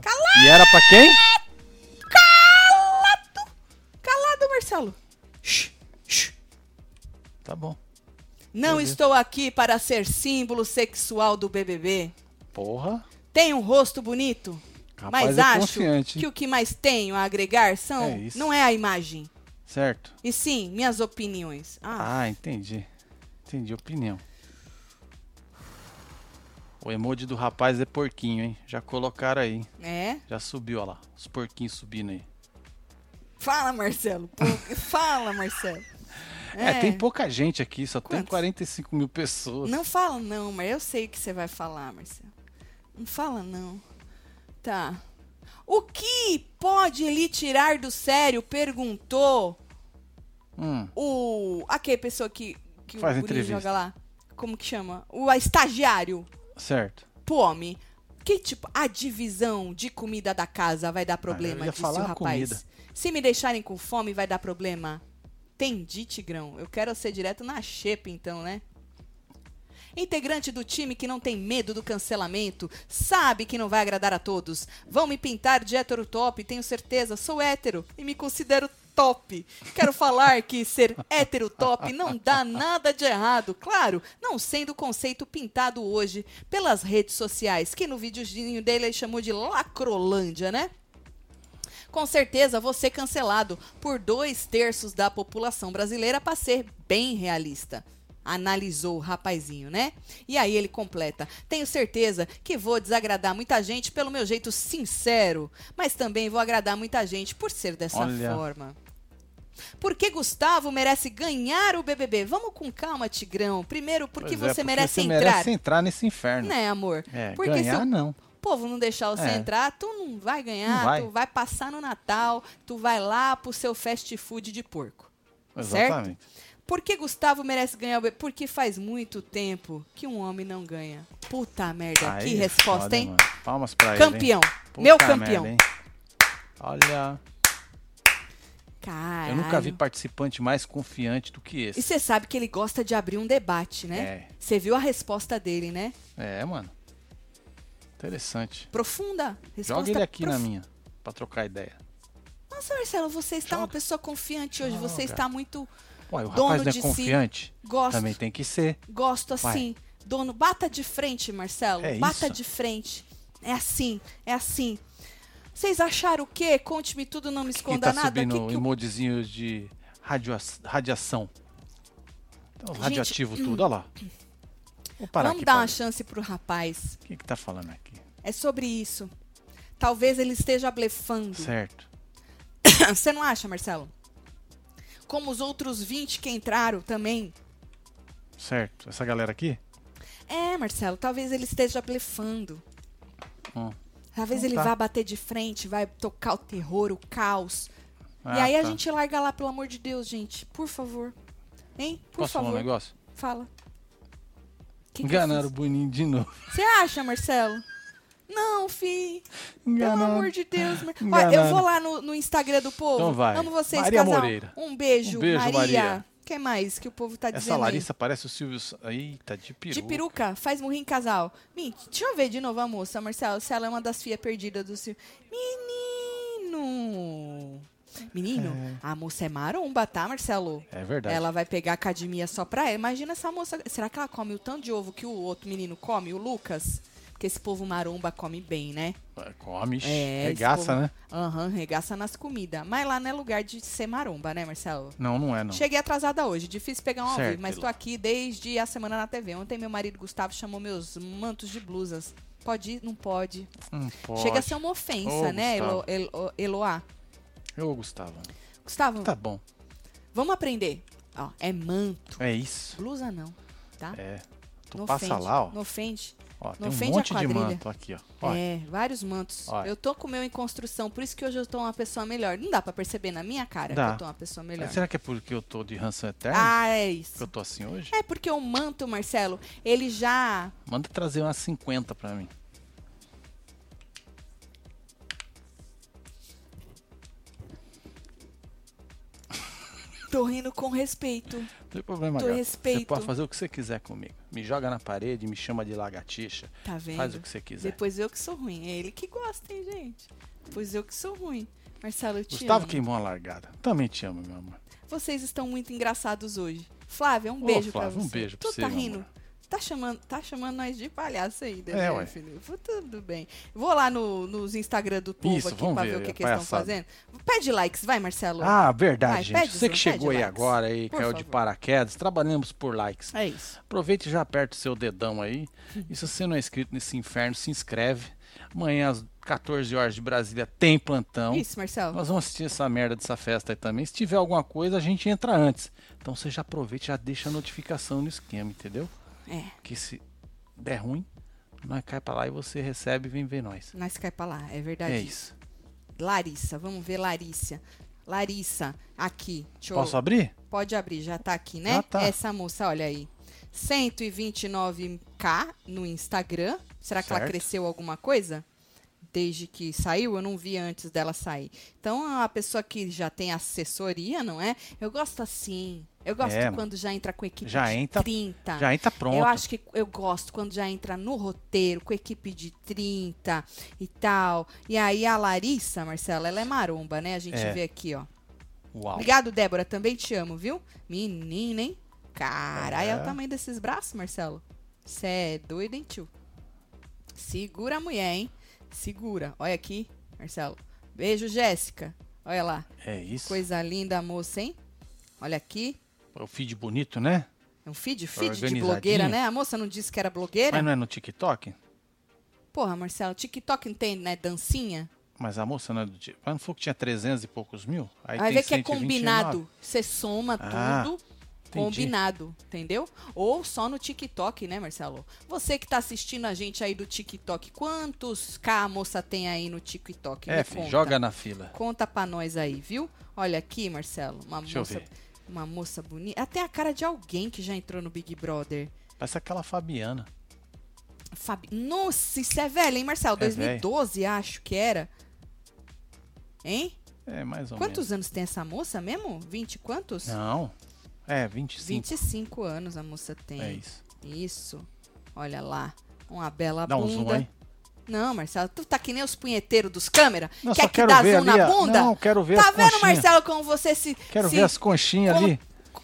Speaker 1: Calado!
Speaker 2: E era pra quem?
Speaker 1: Calado! Calado, Marcelo. Shh, shh.
Speaker 2: Tá bom.
Speaker 1: Não estou aqui para ser símbolo sexual do BBB.
Speaker 2: Porra.
Speaker 1: Tenho um rosto bonito,
Speaker 2: Rapaz,
Speaker 1: mas
Speaker 2: é
Speaker 1: acho
Speaker 2: confiante, hein?
Speaker 1: que o que mais tenho a agregar são
Speaker 2: É isso.
Speaker 1: não é a imagem,
Speaker 2: Certo.
Speaker 1: e sim minhas opiniões. Ah,
Speaker 2: Ah, entendi. Entendi, opinião. O emoji do rapaz é porquinho, hein? Já colocaram aí, hein?
Speaker 1: é?
Speaker 2: Já subiu, ó lá. Os porquinhos subindo aí.
Speaker 1: Fala, Marcelo. pô, Fala, Marcelo.
Speaker 2: É, tem pouca gente aqui, só tem
Speaker 1: Quantos?
Speaker 2: 45 mil pessoas.
Speaker 1: Não fala não, mas eu sei o que você vai falar, Marcelo. Não fala não. Tá. O que pode lhe tirar do sério? Perguntou
Speaker 2: Hum,
Speaker 1: o. Aquele pessoa que, que
Speaker 2: Faz
Speaker 1: o Guri
Speaker 2: entrevista.
Speaker 1: joga lá. Como que chama? O a estagiário
Speaker 2: certo.
Speaker 1: pro homem. Que tipo, a divisão de comida da casa vai dar problema,
Speaker 2: Ah, eu ia
Speaker 1: disse
Speaker 2: falar
Speaker 1: o rapaz.
Speaker 2: comida.
Speaker 1: Se me deixarem com fome, vai dar problema. Entendi, Tigrão. Eu quero ser direto na xepa, então, né? Integrante do time que não tem medo do cancelamento, sabe que não vai agradar a todos. Vão me pintar de hétero top, tenho certeza, sou hétero e me considero top. Quero falar que ser hétero top não dá nada de errado, claro, não sendo o conceito pintado hoje pelas redes sociais, que no videozinho dele ele chamou de lacrolândia, né? Com certeza vou ser cancelado por dois terços da população brasileira para ser bem realista. Analisou o rapazinho, né? E aí ele completa: Tenho certeza que vou desagradar muita gente pelo meu jeito sincero, mas também vou agradar muita gente por ser dessa
Speaker 2: Olha.
Speaker 1: forma. Porque Gustavo merece ganhar o BBB. Vamos com calma, Tigrão. Primeiro, porque
Speaker 2: Pois
Speaker 1: você
Speaker 2: é,
Speaker 1: merece
Speaker 2: você
Speaker 1: entrar.
Speaker 2: merece entrar nesse inferno.
Speaker 1: Né, amor?
Speaker 2: É,
Speaker 1: porque se
Speaker 2: ganhar
Speaker 1: o
Speaker 2: não.
Speaker 1: povo não deixar você
Speaker 2: É.
Speaker 1: entrar, tu não vai ganhar,
Speaker 2: Não vai.
Speaker 1: tu vai passar no Natal, tu vai lá pro seu fast food de porco. Certo?
Speaker 2: Exatamente.
Speaker 1: Por que Gustavo merece ganhar o B? Porque faz muito tempo que um homem não ganha. Puta merda,
Speaker 2: Aí
Speaker 1: que
Speaker 2: é
Speaker 1: resposta,
Speaker 2: foda,
Speaker 1: hein?
Speaker 2: mano. Palmas pra ele. hein?
Speaker 1: Campeão.
Speaker 2: Puta
Speaker 1: Meu
Speaker 2: merda,
Speaker 1: campeão.
Speaker 2: hein? Olha,
Speaker 1: Caralho.
Speaker 2: eu nunca vi participante mais confiante do que
Speaker 1: E
Speaker 2: esse.
Speaker 1: você sabe que ele gosta de abrir um debate, né?
Speaker 2: É.
Speaker 1: Você viu a resposta dele, né?
Speaker 2: É, mano. Interessante.
Speaker 1: Profunda. Resposta
Speaker 2: Joga ele aqui na
Speaker 1: prof-
Speaker 2: minha, pra trocar ideia.
Speaker 1: Nossa, Marcelo, você está uma pessoa confiante hoje. Você
Speaker 2: Joga.
Speaker 1: está muito.
Speaker 2: Ué, o
Speaker 1: Dono
Speaker 2: rapaz não
Speaker 1: de si,
Speaker 2: é confiante?
Speaker 1: gosto.
Speaker 2: Também tem que ser.
Speaker 1: Gosto assim. Dono, bata de frente, Marcelo.
Speaker 2: É
Speaker 1: bata
Speaker 2: isso.
Speaker 1: de frente. É assim, é assim. Vocês acharam o quê? Conte-me tudo, não me
Speaker 2: Quem
Speaker 1: esconda
Speaker 2: tá
Speaker 1: nada.
Speaker 2: subindo
Speaker 1: Que que o-
Speaker 2: emojizinhos de radioa- radiação? Então, radioativo
Speaker 1: hum.
Speaker 2: tudo, olha lá. Vou parar
Speaker 1: Vamos
Speaker 2: aqui
Speaker 1: dar
Speaker 2: pra
Speaker 1: uma
Speaker 2: ver.
Speaker 1: chance pro rapaz.
Speaker 2: O que que tá falando aqui?
Speaker 1: É sobre isso. Talvez ele esteja blefando.
Speaker 2: Certo.
Speaker 1: Você não acha, Marcelo? Como os outros 20 que entraram também.
Speaker 2: Certo. Essa galera aqui?
Speaker 1: É, Marcelo, talvez ele esteja blefando.
Speaker 2: Hum.
Speaker 1: Talvez
Speaker 2: Então
Speaker 1: ele
Speaker 2: tá.
Speaker 1: vá bater de frente, vai tocar o terror, o caos. e
Speaker 2: Ah,
Speaker 1: aí a
Speaker 2: tá.
Speaker 1: gente larga lá, pelo amor de Deus, gente. Por favor. Hein? Por
Speaker 2: Posso falar um
Speaker 1: favor.
Speaker 2: negócio?
Speaker 1: Fala. Que que eu
Speaker 2: Enganaram o Boninho de novo.
Speaker 1: fiz? Você acha, Marcelo? Não, fi. Pelo
Speaker 2: Enganaram.
Speaker 1: amor de Deus. Mar... Ó,
Speaker 2: Enganaram.
Speaker 1: eu vou lá no, no Instagram do povo.
Speaker 2: Então vai.
Speaker 1: Amo vocês,
Speaker 2: Maria
Speaker 1: casal.
Speaker 2: Moreira.
Speaker 1: Um beijo,
Speaker 2: Um beijo, Maria.
Speaker 1: O que mais que o povo tá
Speaker 2: Essa
Speaker 1: dizendo aí?
Speaker 2: Larissa é parece o Silvio. Sa- Eita, de peru.
Speaker 1: De peruca, faz morrer em casal. Mint, deixa eu ver de novo a moça, Marcelo, se ela é uma das filhas perdidas do Silvio. Menino! Menino, a moça é maromba, tá, Marcelo?
Speaker 2: É verdade.
Speaker 1: Ela vai pegar a academia só pra ela. Imagina essa moça. Será que ela come o tanto de ovo que o outro menino come, o Lucas? Porque esse povo maromba come bem, né?
Speaker 2: Come,
Speaker 1: É, esse
Speaker 2: regaça,
Speaker 1: povo-
Speaker 2: né?
Speaker 1: Aham, regaça nas comidas. Mas lá não é lugar de ser maromba, né, Marcelo?
Speaker 2: Não, não é, não.
Speaker 1: Cheguei atrasada hoje, difícil pegar um ao
Speaker 2: Certo,
Speaker 1: vivo, mas tô
Speaker 2: Elô.
Speaker 1: aqui desde a semana na TV. Ontem meu marido Gustavo chamou meus mantos de blusas. Pode ir? Não pode.
Speaker 2: Não pode.
Speaker 1: Chega assim, a ser uma ofensa,
Speaker 2: Ô,
Speaker 1: né, Elo,
Speaker 2: Gustavo.
Speaker 1: Elo- Eloá?
Speaker 2: Ô, Gustavo.
Speaker 1: Gustavo,
Speaker 2: Tá bom.
Speaker 1: vamos aprender. Ó, é manto,
Speaker 2: É isso.
Speaker 1: blusa não, tá?
Speaker 2: É. Tu
Speaker 1: Não
Speaker 2: passa
Speaker 1: ofende,
Speaker 2: lá, ó.
Speaker 1: Não ofende.
Speaker 2: Ó, tem um
Speaker 1: ofende a
Speaker 2: monte de
Speaker 1: quadrilha.
Speaker 2: manto aqui, ó. Ó,
Speaker 1: É, vários mantos.
Speaker 2: Ó.
Speaker 1: Eu tô com o meu em construção, por isso que hoje eu tô uma pessoa melhor. Não dá pra perceber na minha cara
Speaker 2: Dá.
Speaker 1: que eu tô uma pessoa melhor.
Speaker 2: Será que é porque eu tô de ranço eterno?
Speaker 1: ah, é
Speaker 2: Que
Speaker 1: isso.
Speaker 2: eu tô assim hoje?
Speaker 1: É porque o manto, Marcelo, ele já
Speaker 2: Manda trazer umas 50 pra mim.
Speaker 1: tô rindo com respeito.
Speaker 2: Não tem problema,
Speaker 1: Tô
Speaker 2: gata. Você
Speaker 1: respeito.
Speaker 2: pode fazer o que você quiser comigo. Me joga na parede, me chama de lagartixa.
Speaker 1: Tá vendo?
Speaker 2: Faz o que você quiser.
Speaker 1: Depois eu que sou ruim. É ele que gosta, hein, gente? Depois eu que sou ruim. Marcelo, eu te
Speaker 2: Gustavo
Speaker 1: amo.
Speaker 2: queimou a largada. Também te amo, meu amor.
Speaker 1: Vocês estão muito engraçados hoje. Flávia, um
Speaker 2: Ô,
Speaker 1: beijo pra
Speaker 2: Flávia,
Speaker 1: você.
Speaker 2: um beijo pra
Speaker 1: tu
Speaker 2: você,
Speaker 1: tá
Speaker 2: meu
Speaker 1: rindo?
Speaker 2: amor.
Speaker 1: Tá chamando, tá chamando nós de palhaço ainda,
Speaker 2: É,
Speaker 1: né,
Speaker 2: ué.
Speaker 1: filho? Fu- Tudo bem. Vou lá no- nos Instagram do povo
Speaker 2: Isso,
Speaker 1: aqui
Speaker 2: vamos
Speaker 1: pra
Speaker 2: ver
Speaker 1: ver, o
Speaker 2: a
Speaker 1: que, que eles estão
Speaker 2: palhaçada.
Speaker 1: fazendo. Pede likes, vai, Marcelo.
Speaker 2: Ah, verdade,
Speaker 1: Vai,
Speaker 2: gente.
Speaker 1: pede,
Speaker 2: você que
Speaker 1: Zé,
Speaker 2: chegou
Speaker 1: pede
Speaker 2: aí
Speaker 1: likes.
Speaker 2: agora aí,
Speaker 1: Por
Speaker 2: caiu de
Speaker 1: favor.
Speaker 2: paraquedas, trabalhamos por likes.
Speaker 1: É isso.
Speaker 2: Aproveite e já aperta o seu dedão aí.
Speaker 1: Uhum.
Speaker 2: E se você não é inscrito nesse inferno, se inscreve. Amanhã às 14 horas de Brasília tem plantão.
Speaker 1: Isso, Marcelo.
Speaker 2: Ah, Nós vamos assistir essa merda dessa festa aí também. Se tiver alguma coisa, a gente entra antes. Então você já aproveita e já deixa a notificação no esquema, entendeu?
Speaker 1: É,
Speaker 2: Que se der ruim, nós cai pra lá e você recebe e vem ver nós.
Speaker 1: nós cai pra lá, é verdade.
Speaker 2: É isso.
Speaker 1: Larissa, vamos ver Larissa. Larissa, aqui. Deixa eu-
Speaker 2: Posso abrir?
Speaker 1: Pode abrir, já tá aqui, né?
Speaker 2: Já tá.
Speaker 1: Essa moça, olha aí. 129k no Instagram. Será que ela
Speaker 2: Certo.
Speaker 1: cresceu alguma coisa? Desde que saiu, eu não vi antes dela sair. Então, é uma pessoa que já tem assessoria, não é? Eu gosto assim. Eu gosto
Speaker 2: É,
Speaker 1: quando já entra com equipe
Speaker 2: já
Speaker 1: de
Speaker 2: entra-
Speaker 1: 30.
Speaker 2: Já entra pronto.
Speaker 1: Ah. Eu acho que eu gosto quando já entra no roteiro, com equipe de 30 e tal. E aí a Larissa, Marcela, ela é maromba, né? A gente
Speaker 2: É.
Speaker 1: vê aqui, ó.
Speaker 2: Uau.
Speaker 1: Obrigado, Débora. Também te amo, viu? Menina, hein? Caralho, é.
Speaker 2: É.
Speaker 1: o tamanho desses braços, Marcelo. Você é doido, hein, tio? Segura a mulher, hein? Segura. Olha aqui, Marcelo. Beijo, Jéssica. Olha lá.
Speaker 2: É isso.
Speaker 1: Coisa linda, moça, hein? Olha aqui.
Speaker 2: É o feed bonito, né?
Speaker 1: É um feed, feed de
Speaker 2: Organizadinho.
Speaker 1: blogueira, né? A moça não disse que era blogueira?
Speaker 2: Mas não é no TikTok?
Speaker 1: Porra, Marcelo, TikTok não tem, né? Dancinha?
Speaker 2: Mas a moça não é do TikTok. Mas não foi que tinha 300 e poucos mil? Aí
Speaker 1: Vai
Speaker 2: tem
Speaker 1: ver que é
Speaker 2: 129.
Speaker 1: combinado. Você soma
Speaker 2: Ah,
Speaker 1: tudo. Combinado, entendeu? Ou só no TikTok, né, Marcelo? Você que tá assistindo a gente aí do TikTok, quantos K a moça tem aí no TikTok? Me
Speaker 2: É, filho,
Speaker 1: conta.
Speaker 2: joga na fila.
Speaker 1: Conta pra nós aí, viu? Olha aqui, Marcelo, uma
Speaker 2: Deixa eu
Speaker 1: moça.
Speaker 2: ver.
Speaker 1: Uma moça bonita. Até a cara de alguém que já entrou no Big Brother.
Speaker 2: Parece aquela Fabiana.
Speaker 1: Fabi... Nossa, isso é velho, hein, Marcelo?
Speaker 2: É
Speaker 1: 2012, acho que era. Hein?
Speaker 2: É, mais ou
Speaker 1: Quantos anos tem essa moça mesmo? 20 e quantos?
Speaker 2: menos. Não. É, 25.
Speaker 1: 25 anos a moça tem.
Speaker 2: É isso.
Speaker 1: Isso. Olha lá. Uma bela
Speaker 2: Dá um
Speaker 1: bunda.
Speaker 2: zoom aí.
Speaker 1: Não, Marcelo, tu tá que nem os punheteiros dos câmera?
Speaker 2: Não,
Speaker 1: Quer
Speaker 2: só
Speaker 1: que
Speaker 2: quero
Speaker 1: dá
Speaker 2: ver
Speaker 1: zoom
Speaker 2: ali
Speaker 1: na
Speaker 2: a-
Speaker 1: bunda?
Speaker 2: Não, quero ver
Speaker 1: tá
Speaker 2: as
Speaker 1: vendo,
Speaker 2: conchinhas.
Speaker 1: Marcelo, um- como você se.
Speaker 2: Quero
Speaker 1: se-
Speaker 2: ver as conchinhas ali.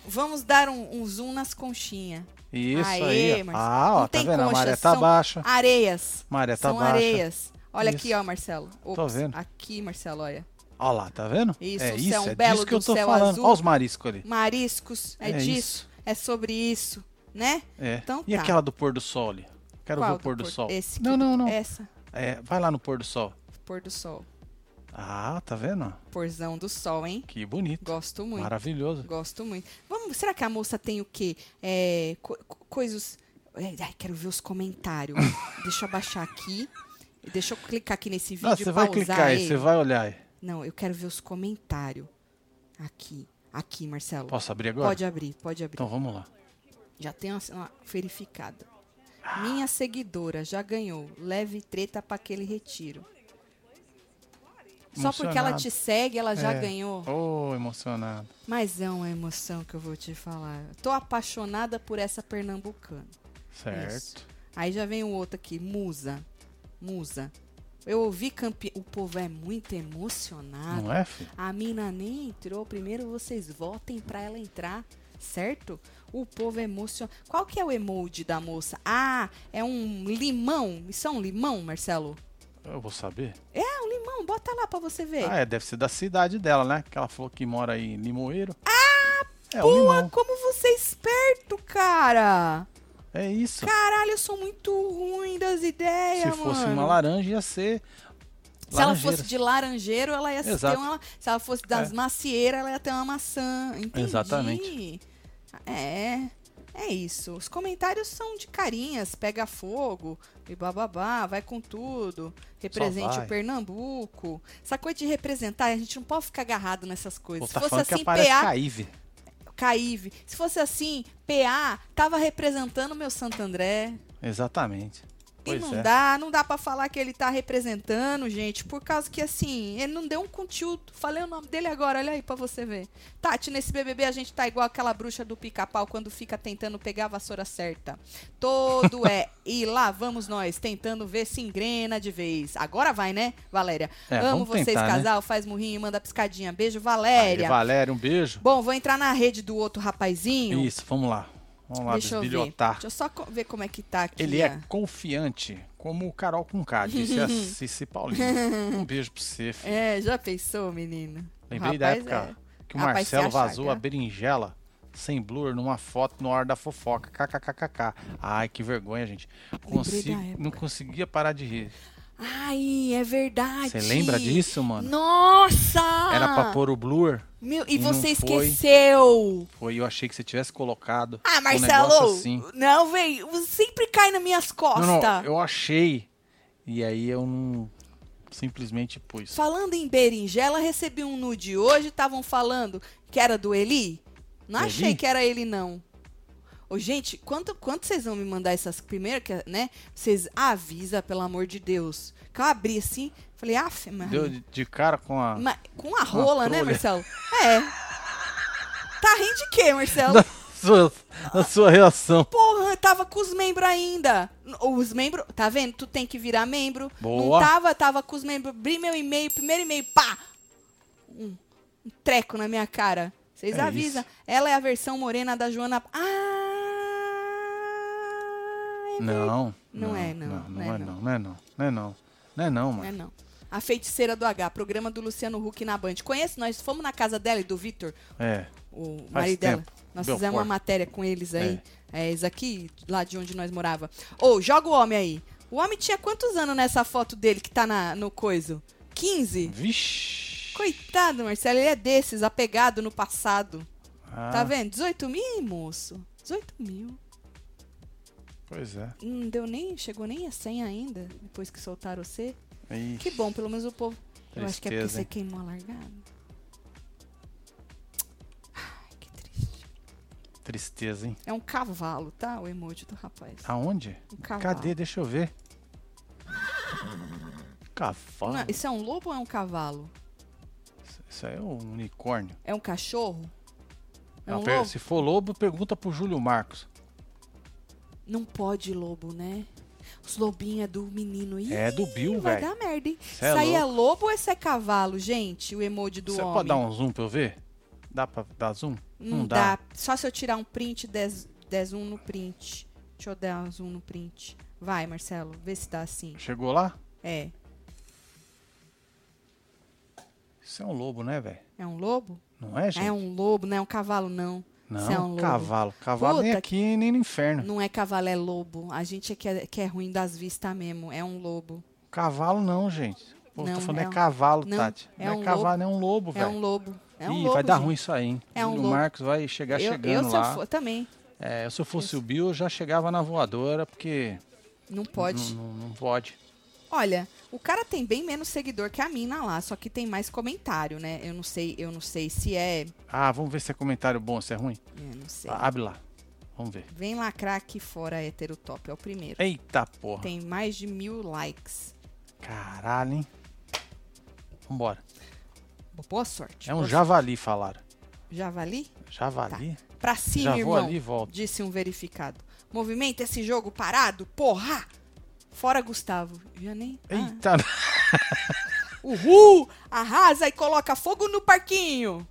Speaker 1: Vamos dar um, um zoom nas conchinhas.
Speaker 2: Isso
Speaker 1: Aê,
Speaker 2: aí. ó.
Speaker 1: Marcelo.
Speaker 2: Ah,
Speaker 1: Não
Speaker 2: ó, tá
Speaker 1: tem
Speaker 2: vendo? A
Speaker 1: concha,
Speaker 2: maré tá
Speaker 1: são-
Speaker 2: baixa.
Speaker 1: Areias.
Speaker 2: Maré tá
Speaker 1: São
Speaker 2: baixa.
Speaker 1: areias. Olha aqui,
Speaker 2: Isso.
Speaker 1: ó, Marcelo. Ops,
Speaker 2: vendo.
Speaker 1: Aqui, Marcelo, olha.
Speaker 2: Ó lá, tá vendo?
Speaker 1: Isso,
Speaker 2: é
Speaker 1: o
Speaker 2: isso,
Speaker 1: céu, um
Speaker 2: é
Speaker 1: belo
Speaker 2: disso que eu
Speaker 1: do
Speaker 2: tô
Speaker 1: céu
Speaker 2: falando.
Speaker 1: azul.
Speaker 2: Ó os mariscos ali.
Speaker 1: Mariscos, é,
Speaker 2: É
Speaker 1: disso.
Speaker 2: isso.
Speaker 1: É sobre isso, né?
Speaker 2: É.
Speaker 1: Então
Speaker 2: e
Speaker 1: tá.
Speaker 2: aquela do pôr do sol ali? Quero
Speaker 1: Qual
Speaker 2: ver o pôr do, sol.
Speaker 1: Esse aqui
Speaker 2: não,
Speaker 1: do-
Speaker 2: não, não.
Speaker 1: Essa,
Speaker 2: É, vai lá no pôr do sol.
Speaker 1: pôr do sol.
Speaker 2: Ah, tá vendo?
Speaker 1: Porzão do sol, hein?
Speaker 2: Que bonito.
Speaker 1: Gosto muito.
Speaker 2: Maravilhoso.
Speaker 1: Gosto muito. Vamos, será que a moça tem o quê? É, co- co- coisas. Ai, ai, quero ver os comentários. deixa eu abaixar aqui. Deixa eu clicar aqui nesse vídeo.
Speaker 2: Não, você vai
Speaker 1: pausar
Speaker 2: clicar aí,
Speaker 1: ele.
Speaker 2: você vai olhar aí.
Speaker 1: Não, eu quero ver os comentários. Aqui, aqui, Marcelo.
Speaker 2: Posso abrir agora?
Speaker 1: Pode abrir, pode abrir.
Speaker 2: Então vamos lá.
Speaker 1: Já tem uma, uma verificada. Minha seguidora já ganhou. Leve treta para aquele retiro. Só porque ela
Speaker 2: Emocionado.
Speaker 1: te segue, ela já
Speaker 2: É.
Speaker 1: ganhou.
Speaker 2: Ô, emocionado.
Speaker 1: Mas é uma emoção que eu vou te falar. Tô apaixonada por essa pernambucana.
Speaker 2: Certo.
Speaker 1: Isso. Aí já vem o outro aqui, Musa. Musa. Eu ouvi campe... O povo é muito emocionado.
Speaker 2: Não é, filho?
Speaker 1: A mina nem entrou. Primeiro vocês votem pra ela entrar, certo? O povo é emocionado. Qual que é o emoji da moça? Ah, é um limão. Isso é um limão, Marcelo?
Speaker 2: Eu vou saber.
Speaker 1: É um limão, bota lá pra você ver.
Speaker 2: Ah, é, deve ser da cidade dela, né? Que ela falou que mora aí em Limoeiro. Ah! É, o
Speaker 1: Boa,
Speaker 2: limão.
Speaker 1: como você é esperto, cara!
Speaker 2: É isso.
Speaker 1: Caralho, eu sou muito ruim das ideias,
Speaker 2: Se
Speaker 1: mano.
Speaker 2: fosse uma laranja, ia ser.
Speaker 1: Se ela
Speaker 2: laranjeira.
Speaker 1: fosse de laranjeiro, ela ia
Speaker 2: Exato. É.
Speaker 1: ter uma. Se ela fosse das macieiras, ela ia ter uma maçã. Entendi.
Speaker 2: Exatamente.
Speaker 1: É. É isso. Os comentários são de carinhas, pega fogo e bababá, vai com tudo. Represente
Speaker 2: vai.
Speaker 1: o Pernambuco. Essa coisa de representar, a gente não pode ficar agarrado nessas
Speaker 2: Pô,
Speaker 1: coisas.
Speaker 2: tá
Speaker 1: Se fosse
Speaker 2: falando que
Speaker 1: assim,
Speaker 2: aparece
Speaker 1: PA,
Speaker 2: Caíve.
Speaker 1: Caive. Se fosse assim, PA tava representando o meu Santo André.
Speaker 2: Exatamente.
Speaker 1: e
Speaker 2: Pois
Speaker 1: não
Speaker 2: é.
Speaker 1: dá, não dá pra falar que ele tá representando, gente, por causa que assim, ele não deu um conteúdo. Falei o nome dele agora, olha aí pra você ver. Tati, nesse BBB a gente tá igual aquela bruxa do pica-pau quando fica tentando pegar a vassoura certa. Todo é. E lá vamos nós, tentando ver se engrena de vez. Agora vai, né, Valéria?
Speaker 2: É,
Speaker 1: Amo
Speaker 2: vamos
Speaker 1: vocês,
Speaker 2: tentar, né?
Speaker 1: casal, faz murrinho, manda piscadinha. Beijo,
Speaker 2: Aí,
Speaker 1: Valéria.
Speaker 2: Valéria, um beijo.
Speaker 1: Bom, vou entrar na rede do outro rapazinho.
Speaker 2: Isso, vamos lá. Vamos lá,
Speaker 1: Deixa eu ver.
Speaker 2: desbilhotar.
Speaker 1: Deixa eu só co- ver como é que tá aqui.
Speaker 2: Ele é
Speaker 1: ó. ciúme.
Speaker 2: confiante, como o Carol Conká, disse a Cici Paulino. Um beijo pra você, filho.
Speaker 1: É, já pensou, menino?
Speaker 2: Lembrei da
Speaker 1: Rapaz, é.
Speaker 2: época que o
Speaker 1: Rapaz,
Speaker 2: Marcelo
Speaker 1: se achar,
Speaker 2: vazou
Speaker 1: cara.
Speaker 2: a berinjela sem blur numa foto na hora da fofoca. KKKKK. Ai, que vergonha, gente. Consigo-
Speaker 1: da época.
Speaker 2: não conseguia parar de rir.
Speaker 1: é. Ai, é verdade.
Speaker 2: Você lembra disso, mano?
Speaker 1: Nossa!
Speaker 2: Era pra pôr o blur.
Speaker 1: Meu, e
Speaker 2: e não
Speaker 1: você
Speaker 2: foi.
Speaker 1: esqueceu.
Speaker 2: Foi, eu achei que você tivesse colocado.
Speaker 1: Ah,
Speaker 2: Um
Speaker 1: Marcelo!
Speaker 2: negócio assim.
Speaker 1: Não, velho, você sempre cai nas minhas costas.
Speaker 2: Não, não, eu achei. E aí eu não. Simplesmente pus.
Speaker 1: Falando em berinjela, recebi um nude hoje, estavam falando que era do Eli. Não
Speaker 2: Eli?
Speaker 1: achei que era ele, não. Ô, gente, quanto, quanto vocês vão me mandar essas primeiras, que, né? Vocês avisa, pelo amor de Deus. Que eu abri assim, falei, af, mas...
Speaker 2: Deu de- de cara com a.
Speaker 1: Ma- com a rola, né,
Speaker 2: trolha.
Speaker 1: Marcelo? É. Tá rindo de quê, Marcelo?
Speaker 2: da sua, da sua reação.
Speaker 1: Porra, tava com os membros ainda. N- Os membros, tá vendo? Tu tem que virar membro.
Speaker 2: Boa.
Speaker 1: Não tava, tava com os membros. Abri meu e-mail, primeiro e-mail, pá! Um, um treco na minha cara. Vocês
Speaker 2: É
Speaker 1: avisam. Ela é a versão morena da Joana. Ah! é ver-
Speaker 2: Não.
Speaker 1: Não é, não,
Speaker 2: Não,
Speaker 1: não
Speaker 2: não
Speaker 1: é,
Speaker 2: é não, não é não. Não é não. Não é não,
Speaker 1: Não é
Speaker 2: mano.
Speaker 1: não. A feiticeira do H, programa do Luciano Huck na Band. Conheço, nós fomos na casa dela e do Vitor.
Speaker 2: É.
Speaker 1: o marido dela.
Speaker 2: tempo.
Speaker 1: Nós
Speaker 2: Belfort.
Speaker 1: fizemos uma matéria com eles aí. É. isso aqui, lá de onde nós morava. Ô, joga o homem aí. O homem tinha quantos anos nessa foto dele que tá na, no coiso? 15?
Speaker 2: Vixe.
Speaker 1: Coitado, Marcelo, ele é desses, apegado no passado.
Speaker 2: Ah,
Speaker 1: Tá vendo? 18 mil, moço. 18 mil.
Speaker 2: Pois é.
Speaker 1: Não deu nem, chegou nem a 100 ainda, depois que soltaram você.
Speaker 2: Aí,
Speaker 1: Que bom, pelo menos o povo. Eu acho que é porque
Speaker 2: Tristeza,
Speaker 1: você
Speaker 2: hein?
Speaker 1: queimou a largada. Ai, que triste.
Speaker 2: Tristeza, hein?
Speaker 1: É um cavalo, tá? O emoji do rapaz.
Speaker 2: Aonde?
Speaker 1: Um cavalo.
Speaker 2: Cadê? Deixa eu ver. Cavalo.
Speaker 1: Não, isso é um lobo ou é um cavalo?
Speaker 2: Isso- Isso aí é um unicórnio.
Speaker 1: É um cachorro? É
Speaker 2: Não,
Speaker 1: um
Speaker 2: per-
Speaker 1: lobo?
Speaker 2: se for lobo, pergunta pro Júlio Marcos.
Speaker 1: Não pode lobo, né? Os lobinhos é do menino. Ih,
Speaker 2: É do Bill,
Speaker 1: vai
Speaker 2: velho.
Speaker 1: dar merda, hein?
Speaker 2: Cê é
Speaker 1: Isso aí é
Speaker 2: louco.
Speaker 1: lobo ou esse é cavalo, gente? O emoji do
Speaker 2: Você
Speaker 1: homem.
Speaker 2: pode dar um zoom pra eu ver? Dá pra dar zoom?
Speaker 1: Não, dá. Só se eu tirar um print, 10, 10 um no print. Deixa eu dar um zoom no print. Vai, Marcelo, vê se dá assim.
Speaker 2: Chegou lá?
Speaker 1: É.
Speaker 2: Isso é um lobo, né, velho?
Speaker 1: É um lobo?
Speaker 2: Não é, gente?
Speaker 1: É um lobo, não é um cavalo, não. Isso
Speaker 2: Não,
Speaker 1: é um lobo.
Speaker 2: cavalo. Cavalo nem
Speaker 1: Puta
Speaker 2: aqui, nem no inferno.
Speaker 1: Não é cavalo, é lobo. A gente é que é, que é ruim das vistas mesmo. É um lobo.
Speaker 2: Cavalo não, gente. Pô,
Speaker 1: Não,
Speaker 2: tô falando
Speaker 1: é
Speaker 2: é,
Speaker 1: um-
Speaker 2: cavalo,
Speaker 1: não,
Speaker 2: Tati.
Speaker 1: é
Speaker 2: não
Speaker 1: um
Speaker 2: é cavalo, não é um lobo,
Speaker 1: É
Speaker 2: velho.
Speaker 1: um lobo. É um
Speaker 2: Ih,
Speaker 1: lobo.
Speaker 2: vai dar
Speaker 1: gente.
Speaker 2: ruim isso aí, hein?
Speaker 1: É um
Speaker 2: Júlio
Speaker 1: lobo.
Speaker 2: Marcos vai chegar
Speaker 1: eu,
Speaker 2: chegando
Speaker 1: eu, se eu
Speaker 2: lá.
Speaker 1: for- também.
Speaker 2: É, se eu fosse o Bill, eu já chegava na voadora, porque
Speaker 1: Não pode.
Speaker 2: não, não- não pode.
Speaker 1: Olha, o cara tem bem menos seguidor que a mina lá, só que tem mais comentário, né? Eu não sei, eu não sei se é.
Speaker 2: Ah, vamos ver se é comentário bom ou se é ruim.
Speaker 1: Eu não sei.
Speaker 2: Ah, abre lá. Vamos ver.
Speaker 1: Vem lacrar aqui fora heterotop, é o primeiro.
Speaker 2: Eita porra.
Speaker 1: Tem mais de mil likes.
Speaker 2: Caralho, hein? Vambora.
Speaker 1: Boa sorte.
Speaker 2: É um
Speaker 1: boa
Speaker 2: javali, falaram.
Speaker 1: sorte. Javali?
Speaker 2: Javali?
Speaker 1: Pra cima,
Speaker 2: Já vou
Speaker 1: irmão.
Speaker 2: ali e volto.
Speaker 1: Disse um verificado. Movimenta esse jogo parado, porra! Fora, Gustavo. Já nem. Ah.
Speaker 2: Eita.
Speaker 1: Uhul! Arrasa e coloca fogo no parquinho!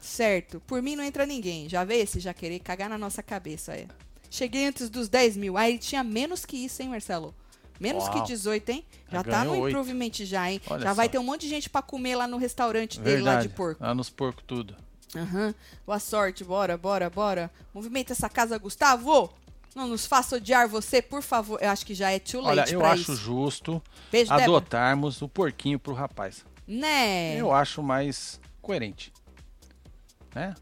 Speaker 1: Certo, por mim não entra ninguém. Já vê se já querer cagar na nossa cabeça, é. Cheguei antes dos 10 mil. Aí tinha menos que isso, hein, Marcelo? Menos
Speaker 2: Uau.
Speaker 1: que 18, hein? Já,
Speaker 2: Já
Speaker 1: tá no
Speaker 2: ganhou oito.
Speaker 1: improvement já, hein?
Speaker 2: Olha
Speaker 1: já vai
Speaker 2: só.
Speaker 1: ter um monte de gente pra comer lá no restaurante dele, lá
Speaker 2: Verdade.
Speaker 1: de porco.
Speaker 2: Lá nos porcos tudo.
Speaker 1: Aham. Boa sorte, bora, bora, bora. Movimenta essa casa, Gustavo! Não nos faça odiar você, por favor. Eu acho que já é too late
Speaker 2: Olha, eu
Speaker 1: pra
Speaker 2: acho
Speaker 1: isso.
Speaker 2: justo
Speaker 1: Beijo, Débora.
Speaker 2: adotarmos o porquinho pro rapaz.
Speaker 1: Né?
Speaker 2: Eu acho mais coerente. Né?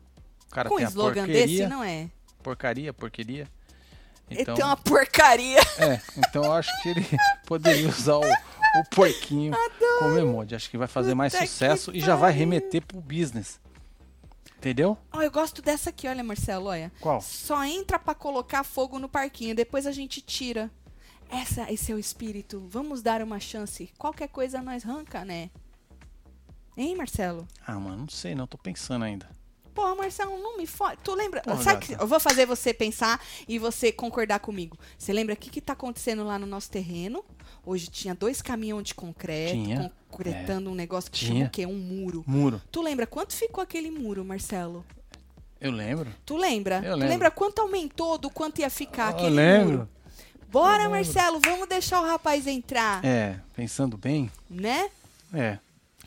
Speaker 2: O cara
Speaker 1: Com um
Speaker 2: tem a
Speaker 1: slogan
Speaker 2: porqueria,
Speaker 1: desse, não é?
Speaker 2: porcaria, porqueria.
Speaker 1: Então...
Speaker 2: Então,
Speaker 1: Ele tem uma porcaria.
Speaker 2: é, então eu acho que ele poderia usar o, o porquinho como emoji. Acho que vai fazer mais
Speaker 1: Puta que
Speaker 2: sucesso e já vai
Speaker 1: pariu.
Speaker 2: remeter pro business. Entendeu?
Speaker 1: Ó, eu gosto dessa aqui, olha, Marcelo, olha.
Speaker 2: Qual?
Speaker 1: Só entra pra colocar fogo no parquinho, depois a gente tira. Essa, esse é o espírito. Vamos dar uma chance. Qualquer coisa nós arranca, né? Hein, Marcelo?
Speaker 2: Ah, mano, não sei, não tô pensando ainda.
Speaker 1: Porra, Marcelo, não me fode. Tu lembra?
Speaker 2: Porra,
Speaker 1: Sabe que
Speaker 2: gata.
Speaker 1: eu vou fazer você pensar e você concordar comigo. Você lembra o que, que tá acontecendo lá no nosso terreno? Hoje tinha dois caminhões de concreto,
Speaker 2: Tinha,
Speaker 1: concretando um negócio que
Speaker 2: Tinha.
Speaker 1: chama o quê? Um muro.
Speaker 2: Muro.
Speaker 1: Tu lembra quanto ficou aquele muro, Marcelo?
Speaker 2: Eu lembro.
Speaker 1: Tu lembra?
Speaker 2: Eu
Speaker 1: Tu
Speaker 2: lembro.
Speaker 1: lembra quanto aumentou do quanto ia ficar Ah, aquele
Speaker 2: eu lembro.
Speaker 1: muro? Bora, Marcelo, vamos deixar o rapaz entrar,
Speaker 2: É, pensando bem,
Speaker 1: né?
Speaker 2: é.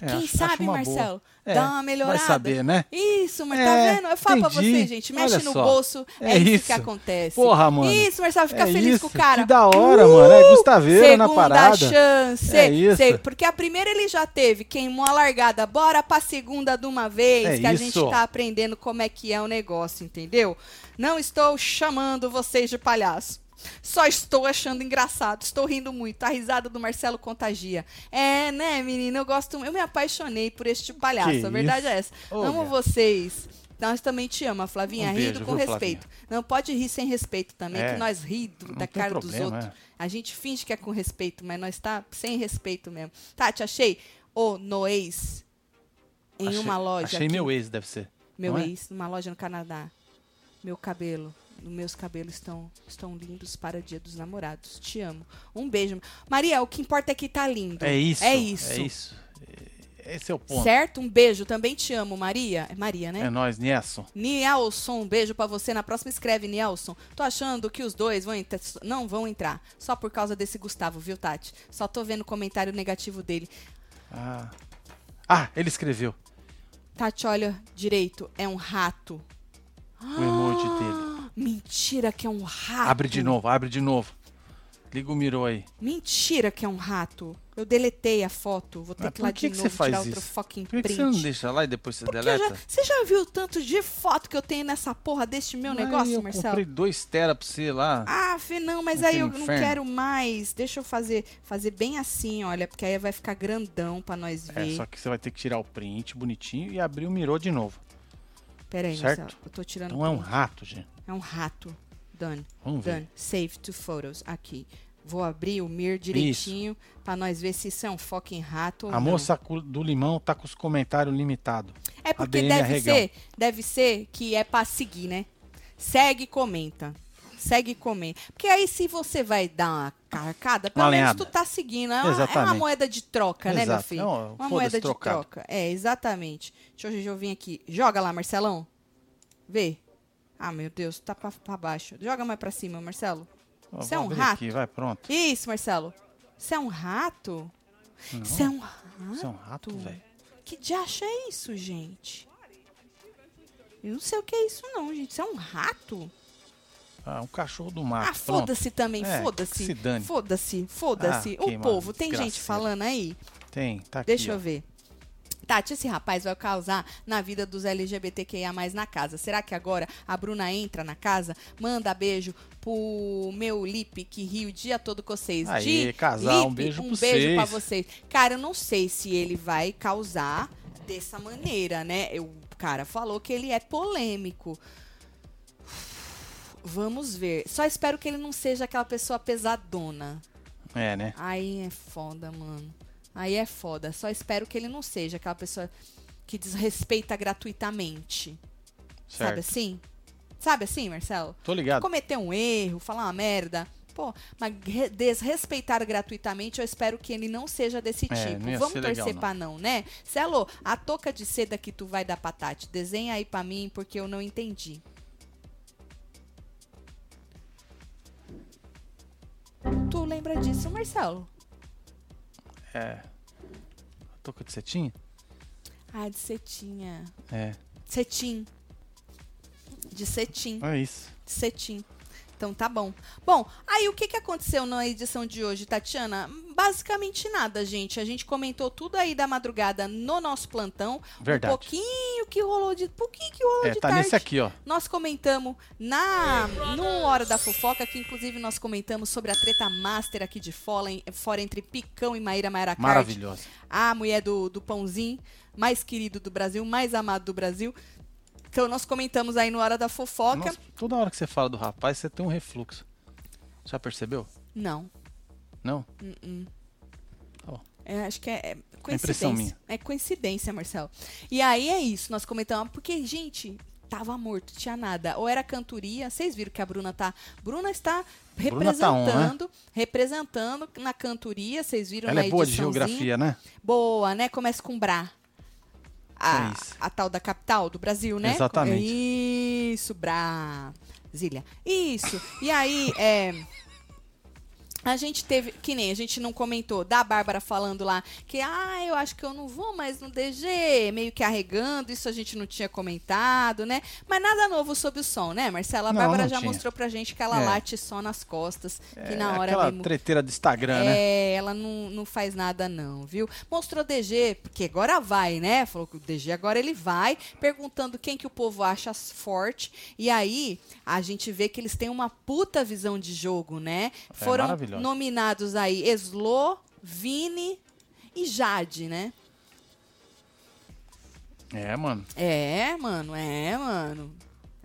Speaker 2: É,
Speaker 1: Quem
Speaker 2: acho- acho
Speaker 1: sabe,
Speaker 2: uma boa.
Speaker 1: Marcelo,
Speaker 2: É,
Speaker 1: dá uma melhorada.
Speaker 2: Vai saber, né?
Speaker 1: Isso, mas
Speaker 2: É,
Speaker 1: tá vendo? Eu falo pra
Speaker 2: entendi.
Speaker 1: você, gente, mexe
Speaker 2: Olha
Speaker 1: no
Speaker 2: só.
Speaker 1: bolso, é,
Speaker 2: É
Speaker 1: isso, que
Speaker 2: isso.
Speaker 1: acontece.
Speaker 2: Porra, mano.
Speaker 1: Isso, Marcelo, fica
Speaker 2: É
Speaker 1: feliz com o
Speaker 2: isso,
Speaker 1: cara. Uh!
Speaker 2: que da hora, mano, é Gustaveiro
Speaker 1: segunda
Speaker 2: na parada.
Speaker 1: chance.
Speaker 2: É isso.
Speaker 1: Sei, porque a primeira ele já teve, queimou a largada. Bora pra segunda de uma vez,
Speaker 2: É
Speaker 1: que a gente
Speaker 2: isso.
Speaker 1: tá aprendendo como é que é o negócio, entendeu? Não estou chamando vocês de palhaço. Só estou achando engraçado, estou rindo muito. A risada do Marcelo contagia. É, né, menina? Eu gosto, eu me apaixonei por este palhaço.
Speaker 2: Que
Speaker 1: a verdade é essa.
Speaker 2: Ô,
Speaker 1: Amo
Speaker 2: gata.
Speaker 1: vocês. Nós também te ama, Flavinha.
Speaker 2: Um
Speaker 1: Rindo
Speaker 2: beijo,
Speaker 1: com
Speaker 2: viu,
Speaker 1: respeito. Não pode rir sem respeito também,
Speaker 2: É.
Speaker 1: que nós rido
Speaker 2: Não
Speaker 1: da
Speaker 2: tem
Speaker 1: cara dos
Speaker 2: problema,
Speaker 1: outros.
Speaker 2: é.
Speaker 1: A gente finge que é com respeito, mas nós tá sem respeito mesmo. Tati, achei o Noês em
Speaker 2: Achei-
Speaker 1: uma loja.
Speaker 2: Achei
Speaker 1: aqui.
Speaker 2: meu ex, deve ser.
Speaker 1: Meu
Speaker 2: não é?
Speaker 1: ex, numa loja no Canadá. Meu cabelo. Meus cabelos estão, estão lindos para o dia dos namorados. Te amo. Um beijo. Maria, o que importa é que tá lindo.
Speaker 2: É isso.
Speaker 1: É isso.
Speaker 2: É isso. É- Esse é o ponto.
Speaker 1: Certo? Um beijo. Também te amo, Maria. É Maria, né?
Speaker 2: É nós, Nielson.
Speaker 1: Nielson, um beijo pra você. Na próxima escreve, Nielson. Tô achando que os dois vão entrar- não vão entrar. Só por causa desse Gustavo, viu, Tati? Só tô vendo o comentário negativo dele.
Speaker 2: Ah. Ah, ele escreveu
Speaker 1: Tati, olha direito. É um rato.
Speaker 2: o emoji dele.
Speaker 1: Mentira que é um rato.
Speaker 2: Abre de novo, abre de novo. Liga o mirô aí.
Speaker 1: Mentira que é um rato. Eu deletei a foto. Vou ter
Speaker 2: Mas
Speaker 1: que ir lá
Speaker 2: por que
Speaker 1: de
Speaker 2: que
Speaker 1: novo
Speaker 2: você faz
Speaker 1: tirar outro
Speaker 2: isso?
Speaker 1: fucking
Speaker 2: Por que,
Speaker 1: print.
Speaker 2: que você não deixa lá e depois você
Speaker 1: Porque eu já-
Speaker 2: deleta?
Speaker 1: você já viu o tanto de foto que eu tenho nessa porra deste meu
Speaker 2: Mas
Speaker 1: um negócio,
Speaker 2: eu
Speaker 1: Marcelo?
Speaker 2: comprei dois tera pra você lá.
Speaker 1: Ah, Fê, não, mas aí
Speaker 2: Aquele
Speaker 1: eu não
Speaker 2: inferno.
Speaker 1: quero mais. Deixa eu fazer, fazer bem assim, olha, porque aí vai ficar grandão pra nós
Speaker 2: é,
Speaker 1: ver.
Speaker 2: só que você vai ter que tirar o print bonitinho e abrir o mirô de novo.
Speaker 1: Pera aí,
Speaker 2: certo.
Speaker 1: Marcelo, eu tô tirando.
Speaker 2: Então é um
Speaker 1: print.
Speaker 2: rato, gente.
Speaker 1: É um rato. Done.
Speaker 2: Vamos ver.
Speaker 1: Done. Save to photos aqui. Vou abrir o mir direitinho pra nós ver se isso é um fucking rato ou
Speaker 2: A
Speaker 1: não.
Speaker 2: moça cu- do limão tá com os comentários limitados.
Speaker 1: É porque
Speaker 2: ADM
Speaker 1: deve
Speaker 2: arregão.
Speaker 1: ser, deve ser que é pra seguir, né? Segue e comenta. Segue e comenta. Porque aí se você vai dar uma carcada, pelo
Speaker 2: Uma
Speaker 1: menos
Speaker 2: lenhada.
Speaker 1: tu tá seguindo. É uma, é uma
Speaker 2: Exatamente.
Speaker 1: moeda de troca, né, meu
Speaker 2: Exato.
Speaker 1: filho?
Speaker 2: É uma-
Speaker 1: uma
Speaker 2: foda-se
Speaker 1: moeda de
Speaker 2: trocado.
Speaker 1: troca. É, exatamente. Deixa eu, deixa eu vir aqui. Joga lá, Marcelão. Vê. Ah, meu Deus, tá pra, pra baixo. Joga mais pra cima, Marcelo.
Speaker 2: Ó,
Speaker 1: Isso é
Speaker 2: vou
Speaker 1: um
Speaker 2: abrir
Speaker 1: rato?
Speaker 2: Aqui, vai, pronto.
Speaker 1: Isso, Marcelo. Isso é um rato?
Speaker 2: Não,
Speaker 1: Isso é um
Speaker 2: isso é
Speaker 1: rato?
Speaker 2: um rato, velho.
Speaker 1: Que diacho é isso, gente? Eu não sei o que é isso, não, gente. Isso é um rato?
Speaker 2: Ah, um cachorro do
Speaker 1: Ah,
Speaker 2: mato. pronto.
Speaker 1: foda-se também,
Speaker 2: É,
Speaker 1: foda-se.
Speaker 2: que se dane.
Speaker 1: Foda-se, foda-se.
Speaker 2: Ah,
Speaker 1: o
Speaker 2: que
Speaker 1: povo, tem
Speaker 2: desgraceiro.
Speaker 1: gente falando aí?
Speaker 2: Tem, tá aqui.
Speaker 1: Deixa
Speaker 2: ó.
Speaker 1: eu ver. Tati, esse rapaz vai causar na vida dos LGBTQIA+, na casa. Será que agora a Bruna entra na casa? Manda beijo pro meu Lipe, que ri o dia todo com vocês.
Speaker 2: Aí,
Speaker 1: Di,
Speaker 2: casal, um
Speaker 1: Lipe,
Speaker 2: beijo
Speaker 1: um
Speaker 2: pra
Speaker 1: beijo
Speaker 2: vocês.
Speaker 1: pra vocês. Cara, eu não sei se ele vai causar dessa maneira, né? Eu- O cara falou que ele é polêmico. Vamos ver. Só espero que ele não seja aquela pessoa pesadona.
Speaker 2: É, né?
Speaker 1: Aí é foda, mano. Aí é foda. Só espero que ele não seja aquela pessoa que desrespeita gratuitamente. Sabe
Speaker 2: Certo.
Speaker 1: assim? Sabe assim, Marcelo?
Speaker 2: Tô ligado.
Speaker 1: Cometer um erro, falar uma merda. Pô, mas re- desrespeitar gratuitamente, eu espero que ele não seja desse
Speaker 2: É,
Speaker 1: tipo.
Speaker 2: não ia
Speaker 1: Vamos
Speaker 2: ser
Speaker 1: torcer
Speaker 2: legal, não.
Speaker 1: pra não, né? Celo, a touca de seda que tu vai dar pra Tati, desenha aí pra mim, porque eu não entendi. Tu lembra disso, Marcelo?
Speaker 2: É. Toca de setinha?
Speaker 1: Ah, de cetinha.
Speaker 2: É.
Speaker 1: Cetim. De cetim.
Speaker 2: É isso.
Speaker 1: Cetim. Então tá bom. Bom, aí o que, que aconteceu na edição de hoje, Tatiana? Basicamente nada, gente. A gente comentou tudo aí da madrugada no nosso plantão.
Speaker 2: Verdade.
Speaker 1: Um pouquinho que rolou de. Pouquinho que rolou
Speaker 2: É,
Speaker 1: de
Speaker 2: tá
Speaker 1: tarde.
Speaker 2: nesse aqui, ó.
Speaker 1: Nós comentamos na no Hora da Fofoca, que inclusive nós comentamos sobre a treta master aqui de fora, em- fora entre Picão e Maíra Maira Cardi
Speaker 2: Maravilhosa.
Speaker 1: a mulher do, do pãozinho, mais querido do Brasil, mais amado do Brasil. Então nós comentamos aí no Hora da Fofoca.
Speaker 2: Nossa, toda hora que você fala do rapaz, você tem um refluxo. Já percebeu?
Speaker 1: Não.
Speaker 2: Não?
Speaker 1: É, acho que é, é coincidência.
Speaker 2: impressão minha.
Speaker 1: É coincidência, Marcelo. E aí é isso, nós comentamos, porque, gente, tava morto, tinha nada. Ou era cantoria, vocês viram que a Bruna tá. Bruna está
Speaker 2: Bruna tá on, né?
Speaker 1: representando, representando na cantoria, vocês viram
Speaker 2: Ela
Speaker 1: na
Speaker 2: é boa de
Speaker 1: ediçãozinha.
Speaker 2: geografia, né?
Speaker 1: Boa, né? Começa com Bra.
Speaker 2: É
Speaker 1: A,
Speaker 2: isso.
Speaker 1: a tal da capital do Brasil, né?
Speaker 2: Exatamente.
Speaker 1: Isso, Brasília. Isso. E aí, é, A gente teve, que nem a gente não comentou, da Bárbara falando lá que, ah, eu acho que eu não vou mais no DG, meio que arregando, isso a gente não tinha comentado, né? Mas nada novo sobre o som, né, Marcela? A
Speaker 2: Não,
Speaker 1: Bárbara
Speaker 2: não
Speaker 1: já
Speaker 2: tinha.
Speaker 1: mostrou pra gente que ela
Speaker 2: É.
Speaker 1: late só nas costas, que na
Speaker 2: É
Speaker 1: hora
Speaker 2: Aquela
Speaker 1: mesmo
Speaker 2: treteira do Instagram, né?
Speaker 1: é, ela não, não faz nada não, viu? Mostrou DG, porque agora vai, né? Falou que o DG agora ele vai, perguntando quem que o povo acha forte. E aí, a gente vê que eles têm uma puta visão de jogo, né?
Speaker 2: É
Speaker 1: Foram
Speaker 2: maravilhoso.
Speaker 1: nominados aí Eslo, Vini e Jade, né?
Speaker 2: É, mano.
Speaker 1: É, mano, é, mano.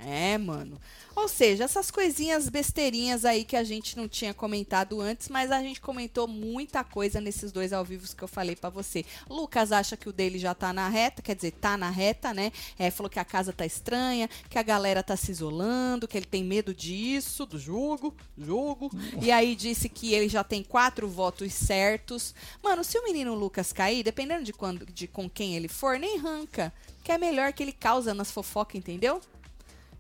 Speaker 1: É, mano. Ou seja, essas coisinhas besteirinhas aí que a gente não tinha comentado antes, mas a gente comentou muita coisa nesses dois ao vivo que eu falei pra você. Lucas acha que o dele já tá na reta, quer dizer, tá na reta, né? É, falou que a casa tá estranha, que a galera tá se isolando, que ele tem medo disso, do jogo, jogo. E aí disse que ele já tem quatro votos certos. Mano, se o menino Lucas cair, dependendo de quando, de com quem ele for, nem ranca que é melhor que ele causa nas fofocas, entendeu?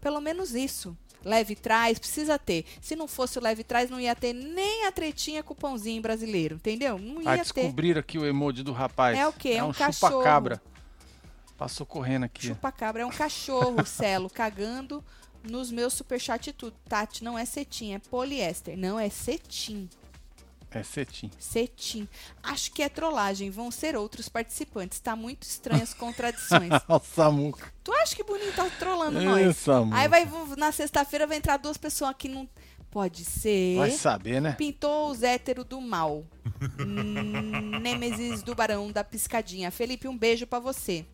Speaker 1: Pelo menos isso. Leve trás, precisa ter. Se não fosse o leve trás, não ia ter nem a tretinha com o pãozinho brasileiro, entendeu? Não
Speaker 2: Ah,
Speaker 1: ia ter.
Speaker 2: descobriram aqui o emoji do rapaz.
Speaker 1: É o quê?
Speaker 2: É
Speaker 1: Um
Speaker 2: um,
Speaker 1: cachorro.
Speaker 2: chupa-cabra. Passou correndo aqui.
Speaker 1: Chupa-cabra é um cachorro, Celo, cagando nos meus superchat e tudo. Tati, não é cetim, é poliéster. Não, é cetim.
Speaker 2: É cetim.
Speaker 1: Cetim. Acho que é trollagem. Vão ser outros participantes. Tá muito estranho as contradições.
Speaker 2: o Samuca.
Speaker 1: tu acha que bonito tá trollando
Speaker 2: Ih,
Speaker 1: nós?
Speaker 2: Samuca.
Speaker 1: Aí vai vou- na sexta-feira vai entrar duas pessoas que não pode ser.
Speaker 2: Vai saber, né?
Speaker 1: Pintou os hétero do mal. Hum, Nêmesis do Barão da Piscadinha. Felipe, um beijo pra você.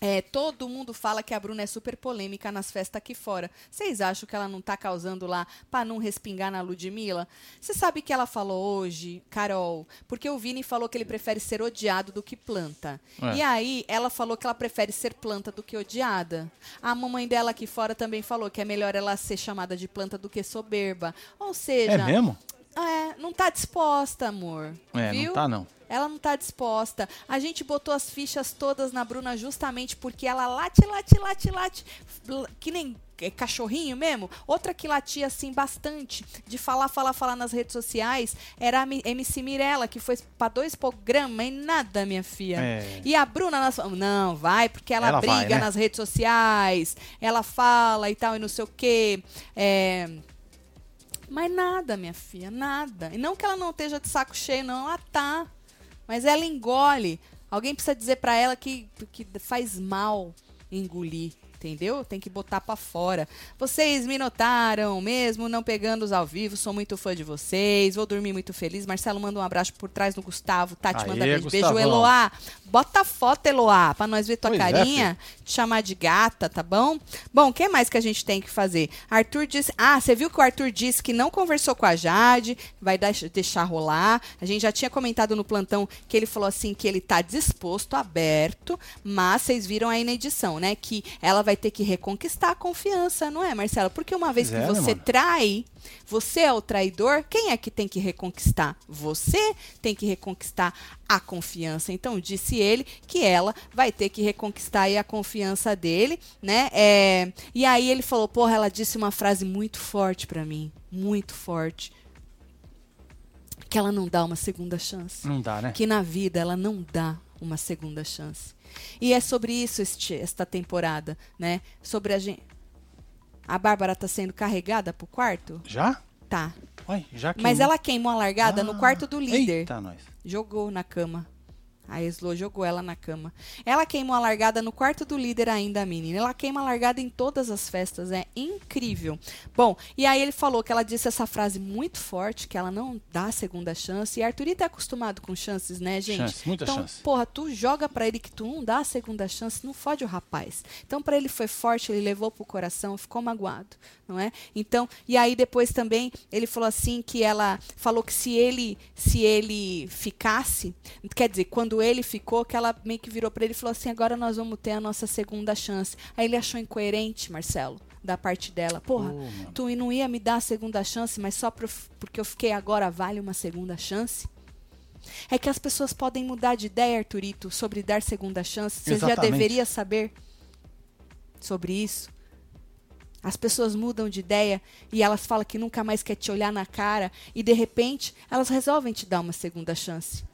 Speaker 1: É, todo mundo fala que a Bruna é super polêmica nas festas aqui fora. Vocês acham que ela não tá causando lá pra não respingar na Ludmilla? Você sabe que ela falou hoje, Carol, porque o Vini falou que ele prefere ser odiado do que planta.
Speaker 2: É.
Speaker 1: E aí ela falou que ela prefere ser planta do que odiada. A mamãe dela aqui fora também falou que é melhor ela ser chamada de planta do que soberba. Ou seja,
Speaker 2: É mesmo?
Speaker 1: é, não tá disposta, amor.
Speaker 2: É,
Speaker 1: viu?
Speaker 2: não tá não.
Speaker 1: Ela não tá disposta. A gente botou as fichas todas na Bruna justamente porque ela late, late, late, late, bl- que nem é, cachorrinho mesmo. Outra que latia assim bastante de falar, falar, falar nas redes sociais era a Mi- MC Mirella, que foi pra dois programas e nada, minha filha.
Speaker 2: É.
Speaker 1: E a Bruna, nós falamos, não, vai, porque ela,
Speaker 2: Ela
Speaker 1: briga
Speaker 2: vai, né?
Speaker 1: nas redes sociais, ela fala e tal, e não sei o quê. É, Mas nada, minha Ah, filha, nada. E não que ela não esteja de saco cheio, não, ela tá. Mas ela engole Alguém precisa dizer para ela que, que faz mal engolir entendeu? Tem que botar para fora. Vocês me notaram, mesmo não pegando os ao vivo, sou muito fã de vocês, vou dormir muito feliz. Marcelo manda um abraço por trás do Gustavo, Tati
Speaker 2: Aê,
Speaker 1: manda beijo.
Speaker 2: Gustavão.
Speaker 1: Beijo, Eloá. Bota a foto, Eloá, pra nós ver tua
Speaker 2: Pois é,
Speaker 1: carinha, te chamar de gata, tá bom? Bom, o que mais que a gente tem que fazer? Arthur disse, ah, você viu que o Arthur disse que não conversou com a Jade, vai dar- deixar rolar. A gente já tinha comentado no plantão que ele falou assim que ele tá disposto, aberto, mas vocês viram aí na edição, né, que ela vai ter que reconquistar a confiança, não é, Marcela? Porque uma vez
Speaker 2: Pois
Speaker 1: que
Speaker 2: é, né,
Speaker 1: você
Speaker 2: mano?
Speaker 1: trai, você é o traidor, quem é que tem que reconquistar? Você tem que reconquistar a confiança. Então, disse ele que ela vai ter que reconquistar aí a confiança dele, né? É, E aí ele falou, porra, ela disse uma frase muito forte pra mim, muito forte. Que ela não dá uma segunda chance
Speaker 2: Não dá, né?
Speaker 1: que na vida ela não dá uma segunda chance. E é sobre isso este- esta temporada, né? Sobre a gente. A Bárbara tá sendo carregada pro quarto?
Speaker 2: Já?
Speaker 1: Tá.
Speaker 2: Ué, já que.
Speaker 1: Mas ela queimou a largada
Speaker 2: Ah.
Speaker 1: no quarto do líder.
Speaker 2: Eita, nós.
Speaker 1: Jogou na cama. A Eslo jogou ela na cama. Ela queimou a largada no quarto do líder ainda, a menina. Ela queima a largada em todas as festas. É incrível. Bom, e aí ele falou que ela disse essa frase muito forte, que ela não dá a segunda chance. E Arthurita é acostumado com chances, né, gente?
Speaker 2: Chance, muita
Speaker 1: então,
Speaker 2: chance.
Speaker 1: porra, tu joga pra ele que tu não dá a segunda chance, não fode o rapaz. Então, pra ele foi forte, ele levou pro coração, ficou magoado, não é? Então, e aí depois também ele falou assim que ela falou que se ele se ele ficasse, quer dizer, quando ele ficou, que ela meio que virou pra ele e falou assim: "Agora nós vamos ter a nossa segunda chance". Aí ele achou incoerente, Marcelo, da parte dela. Porra,
Speaker 2: Pô, mano.
Speaker 1: tu não ia me dar a segunda chance, mas só pro- porque eu fiquei agora vale uma segunda chance? É que as pessoas podem mudar de ideia, Arturito, sobre dar segunda chance. Você já
Speaker 2: Exatamente.
Speaker 1: deveria saber sobre isso. As pessoas mudam de ideia e elas falam que nunca mais quer te olhar na cara e de repente elas resolvem te dar uma segunda chance.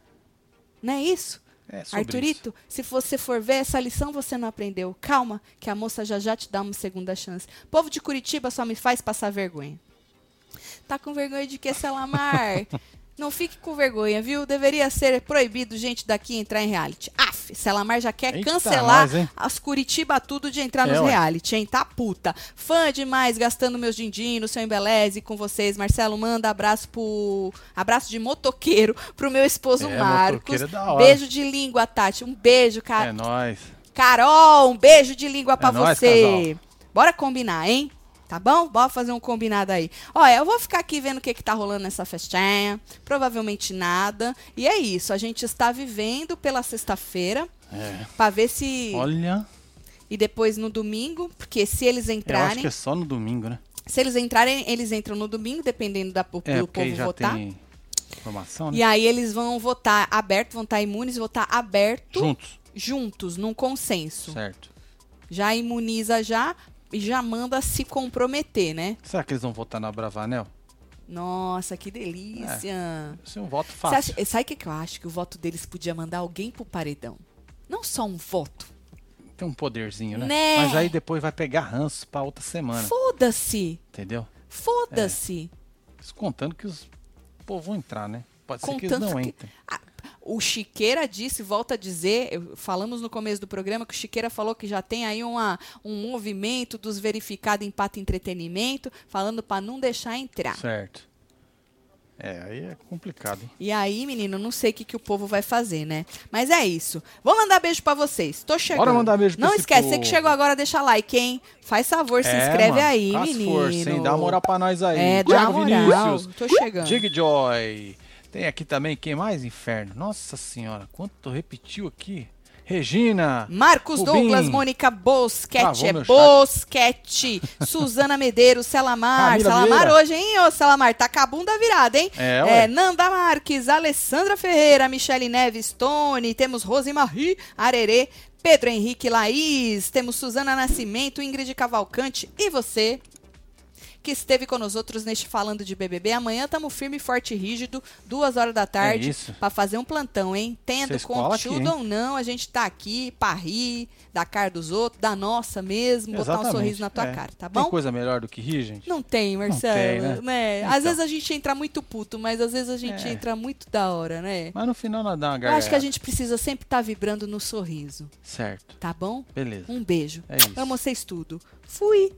Speaker 1: Não é isso?
Speaker 2: É, sobre
Speaker 1: Arturito, se você for ver essa lição você não aprendeu. Calma, que a moça já já te dá uma segunda chance. Povo de Curitiba só me faz passar vergonha. Tá com vergonha de que, Selamar? Não fique com vergonha, viu? Deveria ser proibido gente daqui entrar em reality. Af, Selamar já quer
Speaker 2: Eita,
Speaker 1: cancelar
Speaker 2: nós, hein?
Speaker 1: as Curitiba tudo de entrar
Speaker 2: É,
Speaker 1: nos
Speaker 2: ué.
Speaker 1: reality, hein? Tá puta. Fã demais, gastando meus din-din no seu embeleze com vocês. Marcelo, manda abraço pro... Abraço de motoqueiro pro meu esposo
Speaker 2: É,
Speaker 1: Marcos.
Speaker 2: motoqueiro é da hora.
Speaker 1: Beijo de língua, Tati. Um beijo, cara.
Speaker 2: É nóis.
Speaker 1: Carol, um beijo de língua pra
Speaker 2: nóis,
Speaker 1: você. Bora combinar, hein? Tá bom? Bora fazer um combinado aí. Olha, eu vou ficar aqui vendo o que, que tá rolando nessa festinha. Provavelmente nada. E é isso. A gente está vivendo pela sexta-feira
Speaker 2: É.
Speaker 1: pra ver se.
Speaker 2: Olha,
Speaker 1: E depois no domingo, porque se eles
Speaker 2: eu acho
Speaker 1: entrarem.
Speaker 2: que é só no domingo, né?
Speaker 1: Se eles entrarem, eles entram no domingo, dependendo da, po-
Speaker 2: É,
Speaker 1: do
Speaker 2: porque
Speaker 1: povo
Speaker 2: aí já
Speaker 1: votar.
Speaker 2: tem informação, né?
Speaker 1: E aí eles vão votar aberto, vão estar imunes, votar aberto
Speaker 2: Juntos,
Speaker 1: juntos, num consenso.
Speaker 2: certo.
Speaker 1: já imuniza já e já manda se comprometer, né?
Speaker 2: Será que eles vão votar na Bravanel?
Speaker 1: Nossa, que delícia!
Speaker 2: Isso é um voto
Speaker 1: Você
Speaker 2: fácil.
Speaker 1: acha- sabe o que que eu acho? Que o voto deles podia mandar alguém pro paredão. Não só um voto.
Speaker 2: Tem um poderzinho, né?
Speaker 1: Né?
Speaker 2: Mas aí depois vai pegar ranço pra outra semana,
Speaker 1: Foda-se!
Speaker 2: entendeu?
Speaker 1: Foda-se!
Speaker 2: Isso contando que os povo vão entrar, né? Pode ser que eles
Speaker 1: Contanto
Speaker 2: não
Speaker 1: que-
Speaker 2: entrem.
Speaker 1: Ah, O Chiqueira disse, volta a dizer, eu- falamos no começo do programa que o Chiqueira falou que já tem aí uma, um movimento dos verificado empata entretenimento, falando pra não deixar entrar.
Speaker 2: Certo. É, aí é complicado, hein?
Speaker 1: E aí, menino, não sei o que, que o povo vai fazer, né? Mas é isso. Vou mandar beijo pra vocês. Tô chegando.
Speaker 2: Bora mandar beijo pra
Speaker 1: Não
Speaker 2: esse
Speaker 1: esquece,
Speaker 2: povo.
Speaker 1: você que chegou agora, deixa like, hein? Faz favor, se
Speaker 2: É,
Speaker 1: inscreve
Speaker 2: mano,
Speaker 1: aí,
Speaker 2: faz
Speaker 1: menino.
Speaker 2: Força, hein? Dá uma moral pra nós aí.
Speaker 1: É, dá
Speaker 2: Thiago
Speaker 1: uma moral.
Speaker 2: Vinícius.
Speaker 1: Tô chegando.
Speaker 2: Dig Joy. Tem aqui também quem mais? Inferno. Nossa senhora, quanto repetiu aqui. Regina.
Speaker 1: Marcos
Speaker 2: Rubim.
Speaker 1: Douglas, Mônica Bosquete,
Speaker 2: Travou
Speaker 1: é
Speaker 2: Ah, meu chat.
Speaker 1: Bosquete, Suzana Medeiros, Selamar,
Speaker 2: Camila
Speaker 1: Selamar
Speaker 2: Vieira.
Speaker 1: hoje, hein, ô Selamar, tá com a bunda virada, hein?
Speaker 2: É, ué.
Speaker 1: Nanda Marques, Alessandra Ferreira, Michele Neves, Tony, temos Rosemarie, Arerê, Pedro Henrique, Laís, temos Suzana Nascimento, Ingrid Cavalcante e você, que esteve com nós outros neste Falando de BBB. Amanhã estamos firme, forte e rígido, duas horas da tarde,
Speaker 2: É isso.
Speaker 1: para fazer um plantão, hein? Tendo
Speaker 2: Vocês colam aqui,
Speaker 1: conteúdo
Speaker 2: hein?
Speaker 1: ou não, a gente tá aqui pra rir da cara dos outros, da nossa mesmo, botar um
Speaker 2: Exatamente,
Speaker 1: sorriso na tua
Speaker 2: é.
Speaker 1: cara, tá
Speaker 2: Tem
Speaker 1: bom?
Speaker 2: coisa melhor do que rir, gente?
Speaker 1: Não tem, Marcelo.
Speaker 2: tem, né?
Speaker 1: né?
Speaker 2: Então.
Speaker 1: Às vezes a gente entra muito puto, mas às vezes a gente
Speaker 2: É.
Speaker 1: entra muito da hora, né?
Speaker 2: Mas no final nós dá uma
Speaker 1: Eu
Speaker 2: gargalhada.
Speaker 1: acho que a gente precisa sempre estar vibrando no sorriso,
Speaker 2: Certo.
Speaker 1: tá bom?
Speaker 2: Beleza.
Speaker 1: Um beijo.
Speaker 2: É isso.
Speaker 1: Amo vocês tudo. Fui!